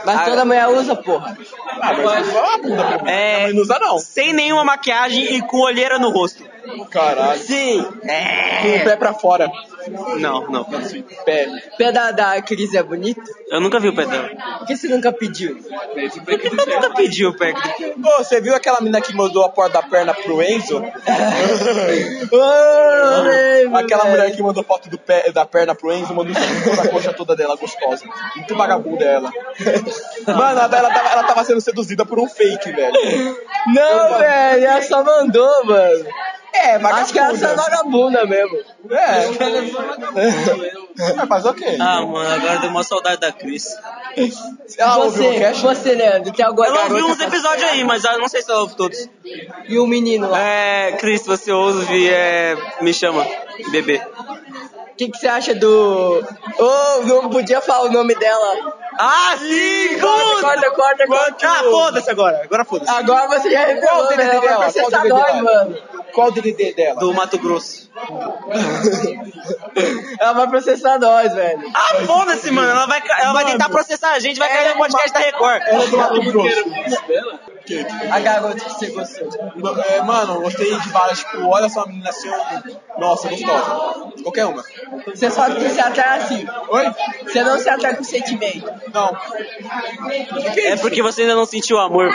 Speaker 3: Mas
Speaker 2: Ah.
Speaker 3: toda mulher usa, porra.
Speaker 4: Ah, mas não é vagabunda pra mim.
Speaker 2: É,
Speaker 4: Não usa não.
Speaker 2: sem nenhuma maquiagem e com olheira no rosto.
Speaker 4: Caralho.
Speaker 3: Sim. É.
Speaker 4: Com o pé pra fora.
Speaker 2: Não, não.
Speaker 4: Pé.
Speaker 3: Pé da, da Cris é bonito?
Speaker 2: Eu nunca vi o pé dela.
Speaker 3: Por que você nunca pediu?
Speaker 2: Por que você nunca pediu o pé?
Speaker 4: Ô, você viu aquela menina que mandou a porta da perna pro Enzo?
Speaker 3: Oh, lembro,
Speaker 4: Ah, Aquela
Speaker 3: velho.
Speaker 4: mulher que mandou foto do pé, da perna pro Enzo, mandou um da coxa toda dela, gostosa. Muito vagabunda ela. Mano, ela, ela tava, ela tava sendo seduzida por um fake, velho. Então,
Speaker 3: Não, velho, ela só mandou, mano.
Speaker 4: É, vagabunda.
Speaker 3: Acho que ela só é vagabunda mesmo.
Speaker 4: É. é. Mas ok.
Speaker 2: Ah, mano, agora deu uma saudade da Cris.
Speaker 4: Ela ouviu o
Speaker 3: você,
Speaker 4: cast?
Speaker 3: você, Leandro, tem alguma
Speaker 2: Ela ouviu
Speaker 3: garota tá
Speaker 2: uns episódios aí, mas eu não sei se ela ouve todos.
Speaker 3: pra- E um menino lá.
Speaker 2: É, Cris, se você ouve, é, me chama, bebê.
Speaker 3: O que, que você acha do... Oh, não podia falar o nome dela.
Speaker 2: Ah, sim!
Speaker 3: Corta, corta, corta.
Speaker 2: Ah, foda-se agora. Agora foda-se.
Speaker 3: Agora você já
Speaker 4: Qual o
Speaker 3: revelou,
Speaker 4: DDD
Speaker 3: velho. Ela vai
Speaker 4: dela? Qual o
Speaker 3: processar
Speaker 4: DDD
Speaker 3: nós,
Speaker 4: dela?
Speaker 3: mano.
Speaker 4: Ah, Qual o DDD dela?
Speaker 2: Do Mato Grosso.
Speaker 3: Ela vai processar nós, velho.
Speaker 2: Ah, foda-se, mano. Ela vai, ca- ela vai tentar processar a gente, vai cair no podcast da Record.
Speaker 4: Ela é do Mato Grosso.
Speaker 3: A garota que você gostou.
Speaker 4: É, Mano, eu gostei de várias. Tipo, olha só a menina assim. eu- Nossa, gostosa. Qualquer uma.
Speaker 3: Você só não se atrai assim.
Speaker 4: Oi?
Speaker 3: Você não se atrai com sentimento.
Speaker 4: Não.
Speaker 2: É porque você ainda não sentiu amor.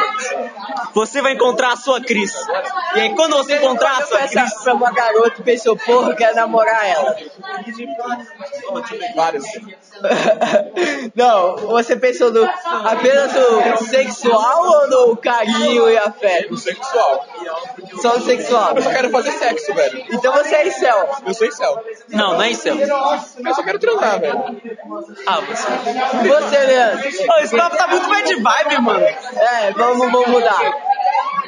Speaker 2: Você vai encontrar a sua Cris. E aí, quando você encontrar
Speaker 3: Quando
Speaker 2: a
Speaker 3: eu
Speaker 2: sua
Speaker 3: essa
Speaker 2: Cris.
Speaker 3: pra uma garota e pensou, porra, eu quero namorar ela.
Speaker 4: Várias.
Speaker 3: Não, você pensou no, apenas no sexual ou no carinho e afeto?
Speaker 4: Sexual.
Speaker 3: Só sexual.
Speaker 4: Eu só quero fazer sexo, velho.
Speaker 3: Então você é incel.
Speaker 4: Eu sou incel.
Speaker 2: Não, não é isso.
Speaker 4: um. Eu só quero transar, velho.
Speaker 2: Ah, você.
Speaker 3: E você, Leandro?
Speaker 2: Ô, esse papo tá muito bad vibe, mano.
Speaker 3: É, vamos, vamos mudar.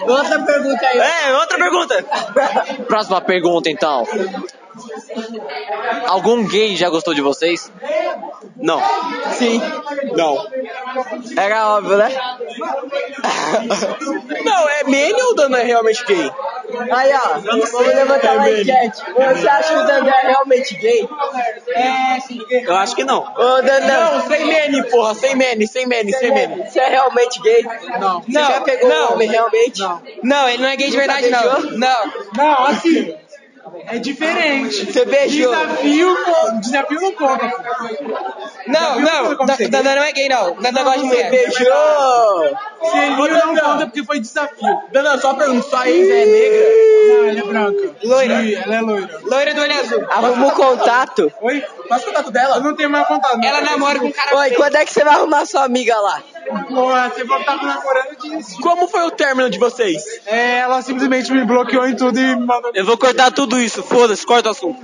Speaker 3: Outra pergunta aí.
Speaker 2: É, outra pergunta.
Speaker 1: Próxima pergunta, então. Algum gay já gostou de vocês?
Speaker 2: Não.
Speaker 3: Sim.
Speaker 4: Não.
Speaker 3: Era óbvio, né?
Speaker 4: Não, é meme ou o Dano é realmente gay?
Speaker 3: Aí, ó. Vamos levantar uma enquete. Você acha que o Dandé é realmente gay?
Speaker 2: Eu acho que não.
Speaker 3: Ô, Dandé,
Speaker 4: Não, sem meme, porra. Sem meme, sem meme, sem meme.
Speaker 3: você é realmente gay? Não. Você já pegou
Speaker 8: não.
Speaker 3: um homem realmente? Não.
Speaker 8: Não, ele não é gay de verdade, não.
Speaker 3: beijou?
Speaker 8: Não.
Speaker 9: Não, assim. É diferente.
Speaker 3: Você beijou?
Speaker 9: Desafio, co- desafio no cômico.
Speaker 8: Não, não.
Speaker 9: como
Speaker 8: Da-
Speaker 9: você é
Speaker 8: Dandan não é gay, não. Dandan gosta de
Speaker 3: Você
Speaker 8: mulher.
Speaker 3: beijou?
Speaker 9: Seria não conta porque foi desafio.
Speaker 4: Dano, só pergunta, sua ex é negra?
Speaker 9: Não, ela é branca.
Speaker 8: Loira.
Speaker 9: Sim, ela é loira.
Speaker 8: Loira do olho azul.
Speaker 3: Arrumou contato?
Speaker 9: Oi?
Speaker 4: Passa o contato dela.
Speaker 9: Eu não tenho mais contato. mas-
Speaker 8: Ela namora com um cara.
Speaker 3: Oi, quando é que você vai arrumar sua amiga lá?
Speaker 9: Porra, você voltava namorando disso.
Speaker 4: Como foi o término de vocês?
Speaker 9: É, ela simplesmente me bloqueou em tudo e me mandou.
Speaker 5: Eu vou cortar tudo isso, foda-se, corta o assunto.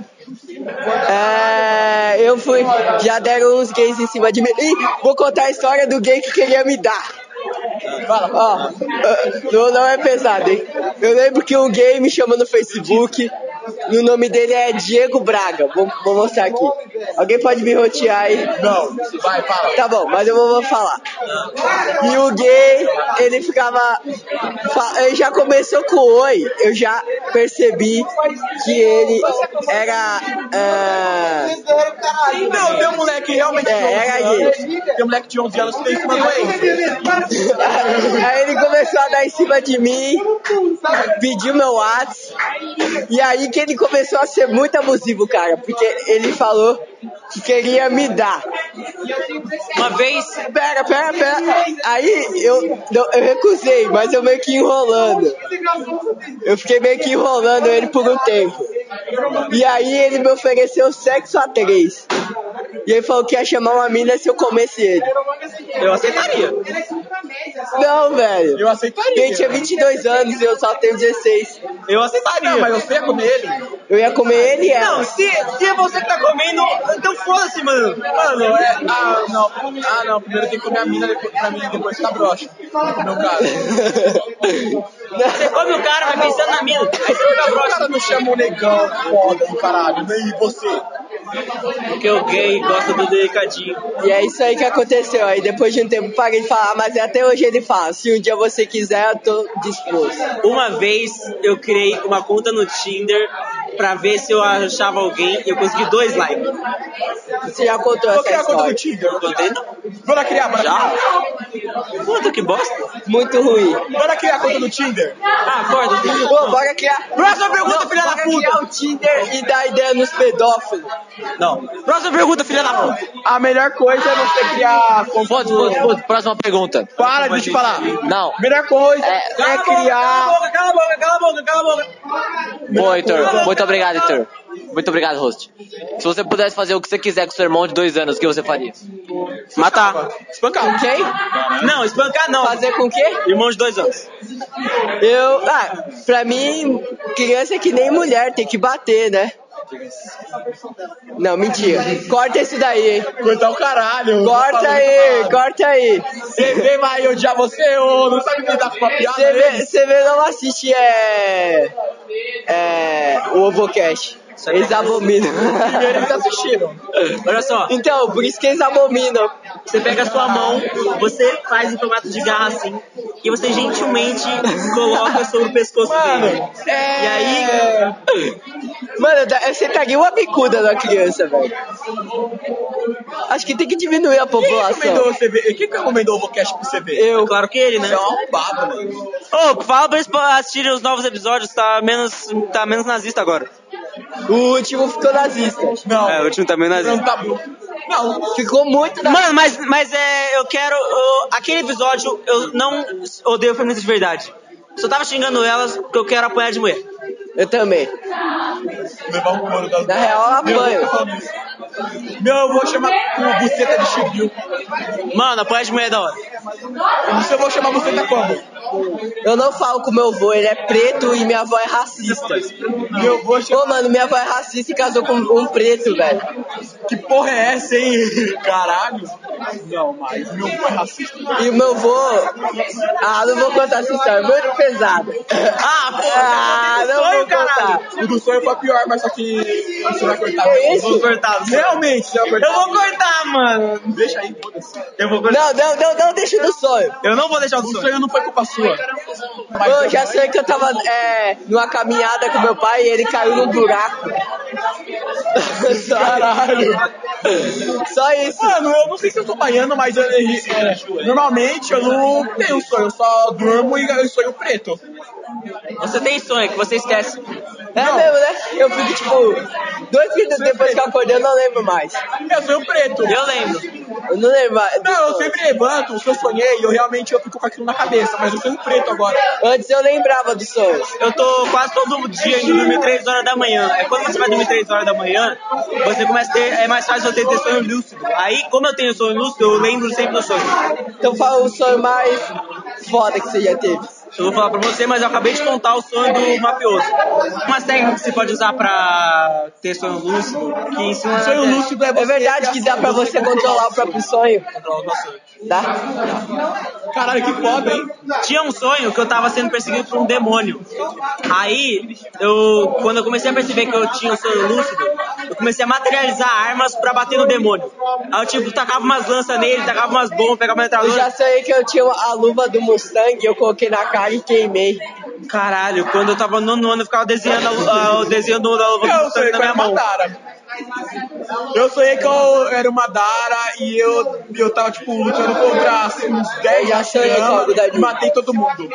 Speaker 3: É, eu fui. Já deram uns gays em cima de mim. Ih, vou contar a história do gay que queria me dar. Fala. Ó, ah, não, não é pesado, hein? Eu lembro que um gay me chamou no Facebook. E o nome dele é Diego Braga. Vou, vou mostrar aqui. Alguém pode me rotear aí? Não, vai, fala. Tá bom, mas eu vou, vou falar. E o gay, ele ficava. fa- Ele já começou com oi. Eu já percebi que ele era. ah,
Speaker 4: Não, tem um moleque realmente
Speaker 3: É, é
Speaker 4: de 11
Speaker 3: gay.
Speaker 4: anos. Tem um moleque de 11 anos que tem isso, mano.
Speaker 3: Aí ele começou a dar em cima de mim, pediu meu WhatsApp. E aí que ele começou a ser muito abusivo, cara, porque ele falou que queria me dar.
Speaker 2: Uma vez
Speaker 3: Pera, pera, pera. Aí eu, não, eu recusei, mas eu meio que enrolando. Eu fiquei meio que enrolando ele por um tempo. E aí ele me ofereceu sexo a três. E ele falou que ia chamar uma mina se eu comesse ele.
Speaker 2: eu aceitaria.
Speaker 3: Não, velho.
Speaker 4: Eu aceitaria.
Speaker 3: Ele tinha 22 anos e eu só tenho 16.
Speaker 2: Eu aceitaria.
Speaker 4: Não, mas você ia comer ele?
Speaker 3: Eu ia comer ele e ela.
Speaker 2: Não, se, se é você que tá comendo, então foda-se, mano.
Speaker 4: Mano, é... Ah, não. Ah, não. Primeiro tem que comer a mina, depois, pra mim, depois ficar broxa. No meu caso.
Speaker 2: Você come o cara, vai pensando na mina. Aí você
Speaker 4: Por
Speaker 2: fica
Speaker 4: que o
Speaker 2: broxa.
Speaker 4: cara não chama o negão foda do caralho? E você?
Speaker 2: Porque o gay gosta do delicadinho.
Speaker 3: E é isso aí que aconteceu. Aí depois de um tempo parei de falar, mas até hoje ele fala: se um dia você quiser, eu tô disposto.
Speaker 2: Uma vez eu criei uma conta no Tinder pra ver se eu achava alguém e eu consegui dois likes.
Speaker 3: Você já contou
Speaker 4: Vou
Speaker 3: essa
Speaker 4: criar conta do
Speaker 3: história?
Speaker 4: Tinder.
Speaker 2: Contei não?
Speaker 4: Bora criar, bora
Speaker 2: Já?
Speaker 4: criar.
Speaker 2: Puta que bosta.
Speaker 3: Muito ruim.
Speaker 4: Bora criar a conta do Tinder.
Speaker 2: Ah, acorda. filho.
Speaker 3: Pô, bora criar.
Speaker 2: Próxima pergunta, filha da
Speaker 3: Bora criar
Speaker 2: puta.
Speaker 3: o Tinder e dar ideia nos pedófilos.
Speaker 2: Não. Próxima pergunta, filha da puta.
Speaker 4: A melhor coisa é você criar...
Speaker 1: Foda-se, foda-se, foda-se. Próxima pergunta.
Speaker 3: é
Speaker 4: Para, deixa eu falar.
Speaker 1: Não.
Speaker 4: Melhor coisa é,
Speaker 2: Cala a boca,
Speaker 4: criar...
Speaker 2: cala a boca, cala a boca, cala a boca, cala a boca.
Speaker 1: Boa, Heitor. Muito obrigado, Heitor. Muito obrigado, host. Se você pudesse fazer o que você quiser com seu irmão de dois anos, o que você faria?
Speaker 2: Matar.
Speaker 3: Com quem?
Speaker 2: Não, espancar não.
Speaker 3: Fazer com o quê?
Speaker 2: Irmão de dois anos.
Speaker 3: Eu. Ah, pra mim, criança é que nem mulher, tem que bater, né? Não, mentira. Corta esse daí, hein?
Speaker 4: Coisa o caralho.
Speaker 3: Corta aí, corta aí.
Speaker 4: Você vem, mas eu já você, ô, não sabe lidar com uma piada.
Speaker 3: Você vê, você vê não assiste é, é, o Ovocast. Eles abominam.
Speaker 4: Eles assistiram.
Speaker 2: é Olha só.
Speaker 3: Então, por isso que eles abominam.
Speaker 2: Você pega a sua mão, você faz em formato de garra assim, e você gentilmente coloca sobre o pescoço dele.
Speaker 3: É.
Speaker 2: E aí,
Speaker 3: Mano, eu da- eu sentaria uma bicuda na criança, velho. Acho que tem que diminuir a
Speaker 4: Quem recomendou
Speaker 3: população.
Speaker 4: você ver? Quem que recomendou o Vocast pra você ver?
Speaker 3: Eu.
Speaker 2: claro que ele, né?
Speaker 4: Você é um arrombado, mano.
Speaker 2: Ô, fala pra eles pra assistirem os novos episódios, tá menos, tá menos nazista agora.
Speaker 3: O último ficou nazista.
Speaker 4: Não,
Speaker 2: É, o último tá meio
Speaker 4: não
Speaker 2: nazista.
Speaker 4: tá bom. Não,
Speaker 3: Ficou muito nazista.
Speaker 2: Mano, mas, mas é, eu quero. eu- aquele episódio, eu não odeio feministas de verdade. Só tava xingando elas porque eu quero apanhar de mulher.
Speaker 3: Eu também.
Speaker 4: levar um couro das
Speaker 3: Na real, eu apanho.
Speaker 4: Meu, eu vou chamar o buceta de chibio.
Speaker 2: Mano, apanhar de mulher é da hora.
Speaker 4: Isso eu vou chamar buceta como?
Speaker 3: Eu não falo com meu avô, ele é preto e minha avó é racista.
Speaker 4: Meu avô chegou.
Speaker 3: Pô, mano, minha avó é racista e casou com um preto, velho.
Speaker 4: Que porra é essa, hein? Caralho. Não, mas meu avô é racista.
Speaker 3: E o meu avô. Ah, não vou contar essa história, é muito pesada. Ah, pô, ah, não vou contar.
Speaker 4: O do sonho foi pior, mas só que. Você vai cortar.
Speaker 3: Que isso?
Speaker 2: cortar.
Speaker 4: Realmente, você vai cortar.
Speaker 2: Eu vou cortar, mano.
Speaker 4: Deixa aí, foda-se.
Speaker 2: Eu vou
Speaker 3: Não,
Speaker 2: cortar.
Speaker 3: não, não, não deixa do sonho.
Speaker 2: Eu não vou deixar o
Speaker 4: O
Speaker 2: sonho.
Speaker 4: sonho não foi culpa sua. Mas
Speaker 3: Pô, eu já sei que eu tava é, numa caminhada com meu pai e ele caiu num buraco.
Speaker 4: Caralho.
Speaker 3: Só isso.
Speaker 4: Mano, eu não sei se eu sou baiano, mas eu- é, normalmente eu não tenho um sonho, eu só durmo e eu sonho preto.
Speaker 2: Você tem sonho que você esquece.
Speaker 3: É mesmo, né? Eu fico tipo, dois minutos depois que eu acordei, eu não lembro mais.
Speaker 4: Eu sonho preto.
Speaker 2: Eu lembro.
Speaker 3: Eu não lembro mais.
Speaker 4: Não, eu sempre levanto, o que eu sonhei, eu realmente eu fico com aquilo na cabeça, mas eu sonho preto agora.
Speaker 3: Antes eu lembrava dos sonhos.
Speaker 2: Eu tô quase todo dia indo dormir 3 horas da manhã. Aí quando você vai dormir 3 horas da manhã, você começa a ter. É mais fácil você ter sonho lúcido. Aí, como eu tenho sonho lúcido, eu lembro sempre do sonho.
Speaker 3: Então fala o sonho mais foda que você já teve.
Speaker 2: Eu vou falar pra você, mas eu acabei de contar o sonho do mafioso. Umas técnicas que você pode usar pra ter sonho lúcido, que ensina.
Speaker 4: Sonho lúcido é você.
Speaker 3: É verdade que dá pra você controlar o próprio sonho? tá? Dá?
Speaker 4: Caralho, que foda, hein?
Speaker 2: Tinha um sonho que eu tava sendo perseguido por um demônio. Aí, eu, quando eu comecei a perceber que eu tinha um sonho lúcido, eu comecei a materializar armas pra bater no demônio. Aí eu, tipo, tacava umas lanças nele, tacava umas bombas, pegava uma
Speaker 3: Eu já
Speaker 2: metralhadora.
Speaker 3: sonhei que eu tinha a luva do Mustang, eu coloquei na cara e queimei.
Speaker 2: Caralho, quando eu tava no nono ano, eu ficava desenhando a lu- a- o desenho do- da luva do
Speaker 4: Eu
Speaker 2: Mustang
Speaker 4: sonhei que
Speaker 2: na
Speaker 4: eu
Speaker 2: minha
Speaker 4: era
Speaker 2: mão.
Speaker 4: uma Dara. Eu sonhei que eu era uma Dara e eu, eu tava, tipo, lutando contra assim, uns 10
Speaker 3: já sonhei com algo da
Speaker 4: e matei todo mundo.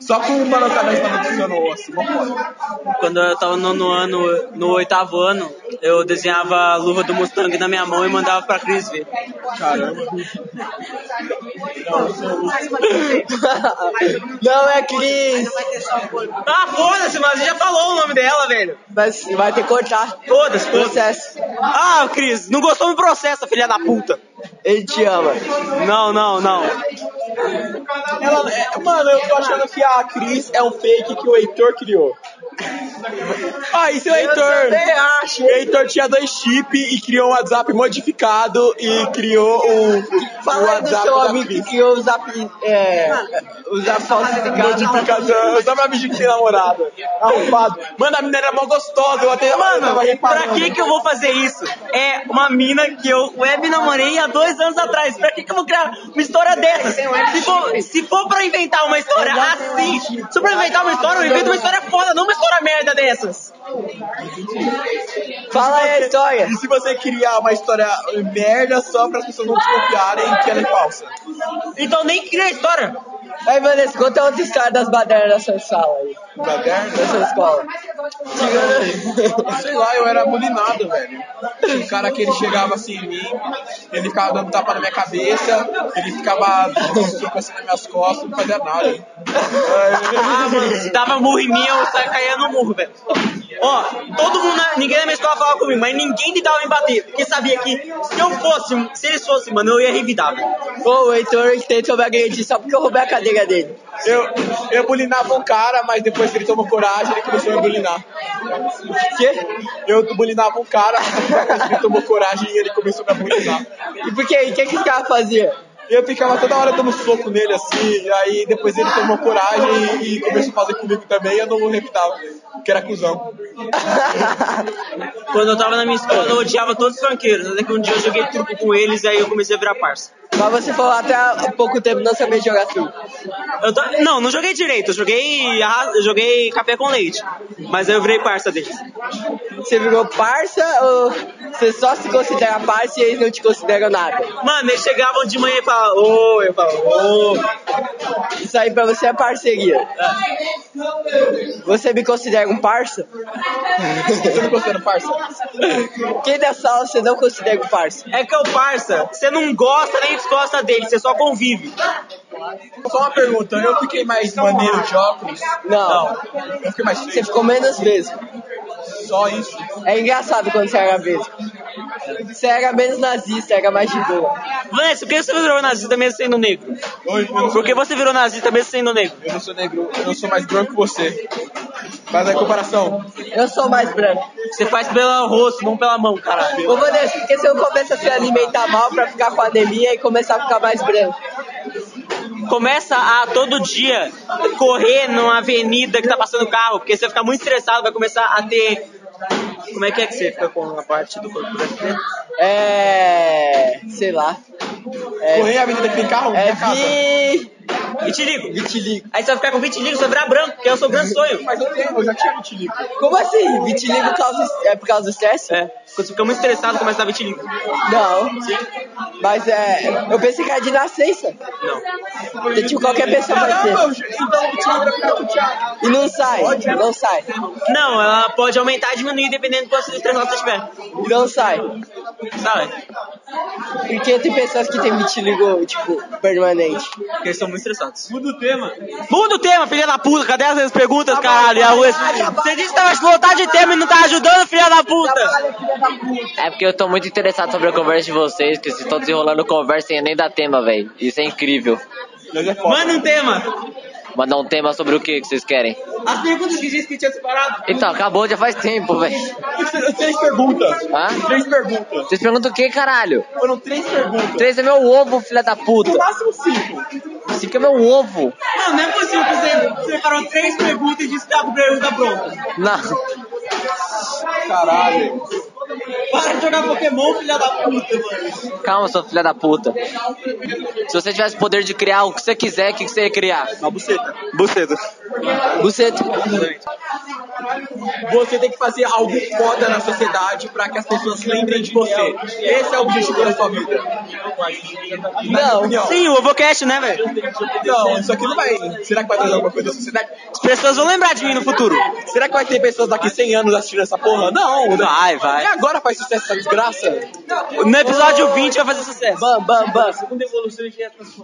Speaker 4: Só com uma lançada um que tava funcionando assim, vamos
Speaker 2: Quando eu tava no, nono ano, no oitavo ano, eu desenhava a luva do Mustang na minha mão e mandava pra Cris ver.
Speaker 4: Caramba.
Speaker 3: Não é Cris,
Speaker 2: Ah, foda-se, mas você já falou o nome dela, velho.
Speaker 3: mas vai ter que cortar.
Speaker 2: Todas, todas.
Speaker 3: Processo.
Speaker 2: Ah, Cris, não gostou me processa, filha da puta.
Speaker 3: Ele te ama.
Speaker 2: Não, não, não.
Speaker 4: Ela, é, mano, eu tô achando que a Cris é um fake que o Heitor criou. Ah, isso é o Heitor. O Heitor tinha dois chip e criou um WhatsApp modificado e criou o, o
Speaker 3: Fala aí do
Speaker 4: WhatsApp
Speaker 3: seu
Speaker 4: da
Speaker 3: amigo que
Speaker 4: Cris.
Speaker 3: criou os zap... É... Os zap falsificados.
Speaker 4: Modificação, só pra fingir que tem namorada. Arrumado. Mano, a mina era mó gostosa, eu até. eu
Speaker 2: Mano,
Speaker 4: tava reparando.
Speaker 2: pra que que eu vou fazer isso? É uma mina que eu web namorei há dois anos atrás. Pra que que eu vou criar uma história dessas? Se for, se for pra inventar uma história assim, se for pra inventar uma história, eu invento uma história foda, não uma história merda dessas.
Speaker 3: Fala aí a história.
Speaker 4: E se você criar uma história merda só para as pessoas não desconfiarem que ela é falsa?
Speaker 2: Então nem cria a história.
Speaker 3: Aí, Vanessa, conta outra história das badernas da sua sala aí.
Speaker 4: Baderna?
Speaker 3: Da sua escola.
Speaker 4: Sei lá, eu era bulinado, velho. Tinha um cara que ele chegava assim em mim, ele ficava dando tapa na minha cabeça, ele ficava trocaçando nas minhas costas, não fazia nada.
Speaker 2: Ah, mano, se dava murro em mim, eu saia caía no murro, velho. Ó, todo mundo, na- ninguém na minha escola falava comigo, mas ninguém me dava em bater, porque sabia que se eu fosse, se eles fossem, mano, eu ia revidar, velho.
Speaker 3: Pô, o Heitor tentou me agredir só porque eu roubei a cadeira dele.
Speaker 4: Eu, eu bulinava um cara, mas depois que ele tomou coragem, ele começou a me bulinar.
Speaker 3: Quê?
Speaker 4: Eu bulinava um cara, mas ele tomou coragem e ele começou a me bulinar.
Speaker 3: E por quê? E o que que os caras faziam?
Speaker 4: Eu ficava toda hora dando soco nele assim, e aí depois ele tomou coragem e, e começou a fazer comigo também, e eu não repitava, que era cuzão.
Speaker 2: Quando eu tava na minha escola, eu odiava todos os franqueiros. Até que um dia eu joguei truco com eles, aí eu comecei a virar parça.
Speaker 3: Mas você falou até há pouco tempo, não sabia jogar assim. truco.
Speaker 2: Eu to- Não, não joguei direito, eu joguei, arra- eu joguei café com leite. Mas aí eu virei parça deles.
Speaker 3: Você virou parça ou você só se considera parça e eles não te consideram nada?
Speaker 2: Mano, eles chegavam de manhã e falavam, ô, eu falava, ô.
Speaker 3: Isso aí pra você é parceria. Você me considera um parça?
Speaker 4: Você não considera parça?
Speaker 3: um Quem da sala você não considera um parça?
Speaker 2: É que é o parça, você não gosta nem desgosta dele, você só convive.
Speaker 4: Só uma pergunta, eu fiquei mais maneiro de óculos?
Speaker 3: Não.
Speaker 4: Eu fiquei mais
Speaker 3: Você
Speaker 4: feio,
Speaker 3: ficou menos mesmo.
Speaker 4: só isso.
Speaker 3: É engraçado quando você era mesmo. Você era menos nazista, era mais de boa.
Speaker 2: Vanessa, é, por que você virou nazista mesmo sendo negro?
Speaker 4: Oi, eu não, sou,
Speaker 2: Por que você virou nazista mesmo sendo negro?
Speaker 4: eu não sou negro, eu não sou mais branco que você. Faz a comparação.
Speaker 3: Eu sou mais branco.
Speaker 2: Você faz pelo rosto, não pela mão, caralho.
Speaker 3: Ô, Vanessa, por que você não começa a se alimentar mal pra ficar com anemia e começar a ficar mais branco?
Speaker 2: Começa a todo dia correr numa avenida que tá passando carro, porque você vai ficar muito estressado, vai começar a ter. Como é que é que você fica com a parte do corpo brasileiro?
Speaker 3: É. sei lá.
Speaker 4: Correr a avenida que tem carro?
Speaker 3: É
Speaker 4: minha casa.
Speaker 3: vi.
Speaker 2: Vitiligo. Vitiligo. Aí você vai ficar com vitiligo, você vai virar branco, porque é o seu grande sonho.
Speaker 4: Mas eu tenho, eu já tinha vitiligo.
Speaker 3: Como assim? Vitiligo causa... é por causa do estresse?
Speaker 2: É, quando você fica muito estressado, começa a dar vitiligo.
Speaker 3: Não. Mas é. Eu pensei que era de nascença. Não. Tipo, qualquer pessoa vai ter.
Speaker 4: Caramba, então o Thiago vai ficar com o Thiago.
Speaker 3: E não sai, não sai,
Speaker 2: Não, ela pode aumentar e diminuir dependendo do quanto estressado você estiver.
Speaker 3: não sai.
Speaker 2: Sabe?
Speaker 3: Porque tem pessoas que tem vitiligo, tipo, permanente.
Speaker 2: Porque eles são muito estressados. Muda o tema. Tá Muda o tema, filha da puta. Cadê as perguntas, caralho? E a UES? Você disse que tava de vontade de tema e não tá ajudando, filha da puta.
Speaker 1: É porque eu tô muito interessado sobre a conversa de vocês, que vocês estão desenrolando conversa sem nem dar tema, velho. Isso é incrível.
Speaker 4: Mas é foda.
Speaker 2: Manda um tema.
Speaker 1: Mandar um tema sobre o que que vocês querem.
Speaker 2: As perguntas que disse que tinha separado.
Speaker 1: Então, acabou já faz tempo, velho.
Speaker 4: Três perguntas.
Speaker 1: Hã?
Speaker 4: Três perguntas.
Speaker 1: Vocês perguntam o que, caralho?
Speaker 4: Foram três perguntas.
Speaker 1: Três é meu ovo, filha da puta.
Speaker 4: No máximo cinco.
Speaker 1: Cinco é meu ovo.
Speaker 2: Não, não é possível que você separou três perguntas e disse que tava com pergunta pronta.
Speaker 1: Não.
Speaker 4: Caralho.
Speaker 2: Para de jogar Pokémon, filha da puta, mano.
Speaker 1: Calma, sua filha da puta. Se você tivesse poder de criar o que você quiser, o que que você ia criar?
Speaker 4: A buceta.
Speaker 5: Buceta.
Speaker 1: Você...
Speaker 4: Você tem que fazer algo foda na sociedade pra que as pessoas lembrem de você. Esse é o objetivo da sua vida.
Speaker 3: Não,
Speaker 2: Sim, o Ovocast, né, velho?
Speaker 4: Não, isso aqui não vai. Será que vai trazer alguma coisa da sociedade?
Speaker 2: As pessoas vão lembrar de mim no futuro.
Speaker 4: Será que vai ter pessoas daqui 100 anos assistindo essa porra? Não.
Speaker 2: Vai,
Speaker 4: E
Speaker 2: vai.
Speaker 4: agora faz sucesso essa desgraça?
Speaker 2: No episódio 20 vai fazer sucesso.
Speaker 3: bam, bam, bam.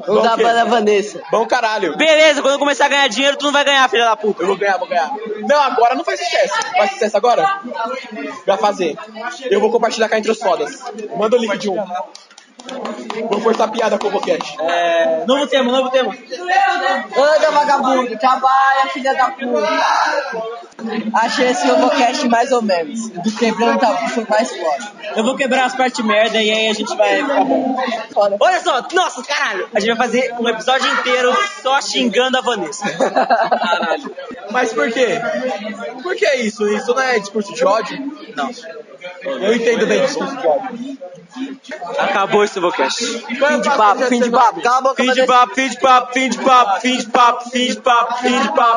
Speaker 3: Vamos dar banda Vanessa.
Speaker 4: Bom caralho.
Speaker 2: Beleza, quando eu começar a ganhar dinheiro, tu não vai ganhar, filha da puta.
Speaker 4: Eu vou ganhar, vou ganhar. Não, agora não faz sucesso. Faz sucesso agora? Vai fazer. Eu vou compartilhar cá entre os fodas. Manda o link de um. Vou forçar piada com o Boquete.
Speaker 2: É... Novo tema, novo tema.
Speaker 3: Anda, vagabundo, trabalha, filha da puta. Achei esse Robocast mais ou menos. Do quebrando tabu foi mais forte.
Speaker 2: Eu vou quebrar as partes merda e aí a gente vai ficar bom.
Speaker 3: Foda.
Speaker 2: Olha só, nossa, caralho. A gente vai fazer um episódio inteiro só xingando a Vanessa. Caralho.
Speaker 4: Mas por quê? Por que isso? Isso não é discurso de ódio? Não. Eu entendo bem discurso de ódio.
Speaker 2: Acabou esse Ovocast.
Speaker 4: Fim
Speaker 3: de papo, fim de papo. Cala a boca,
Speaker 2: Fim de papo, fim de papo, fim de papo, fim de papo, fim de papo, fim de papo.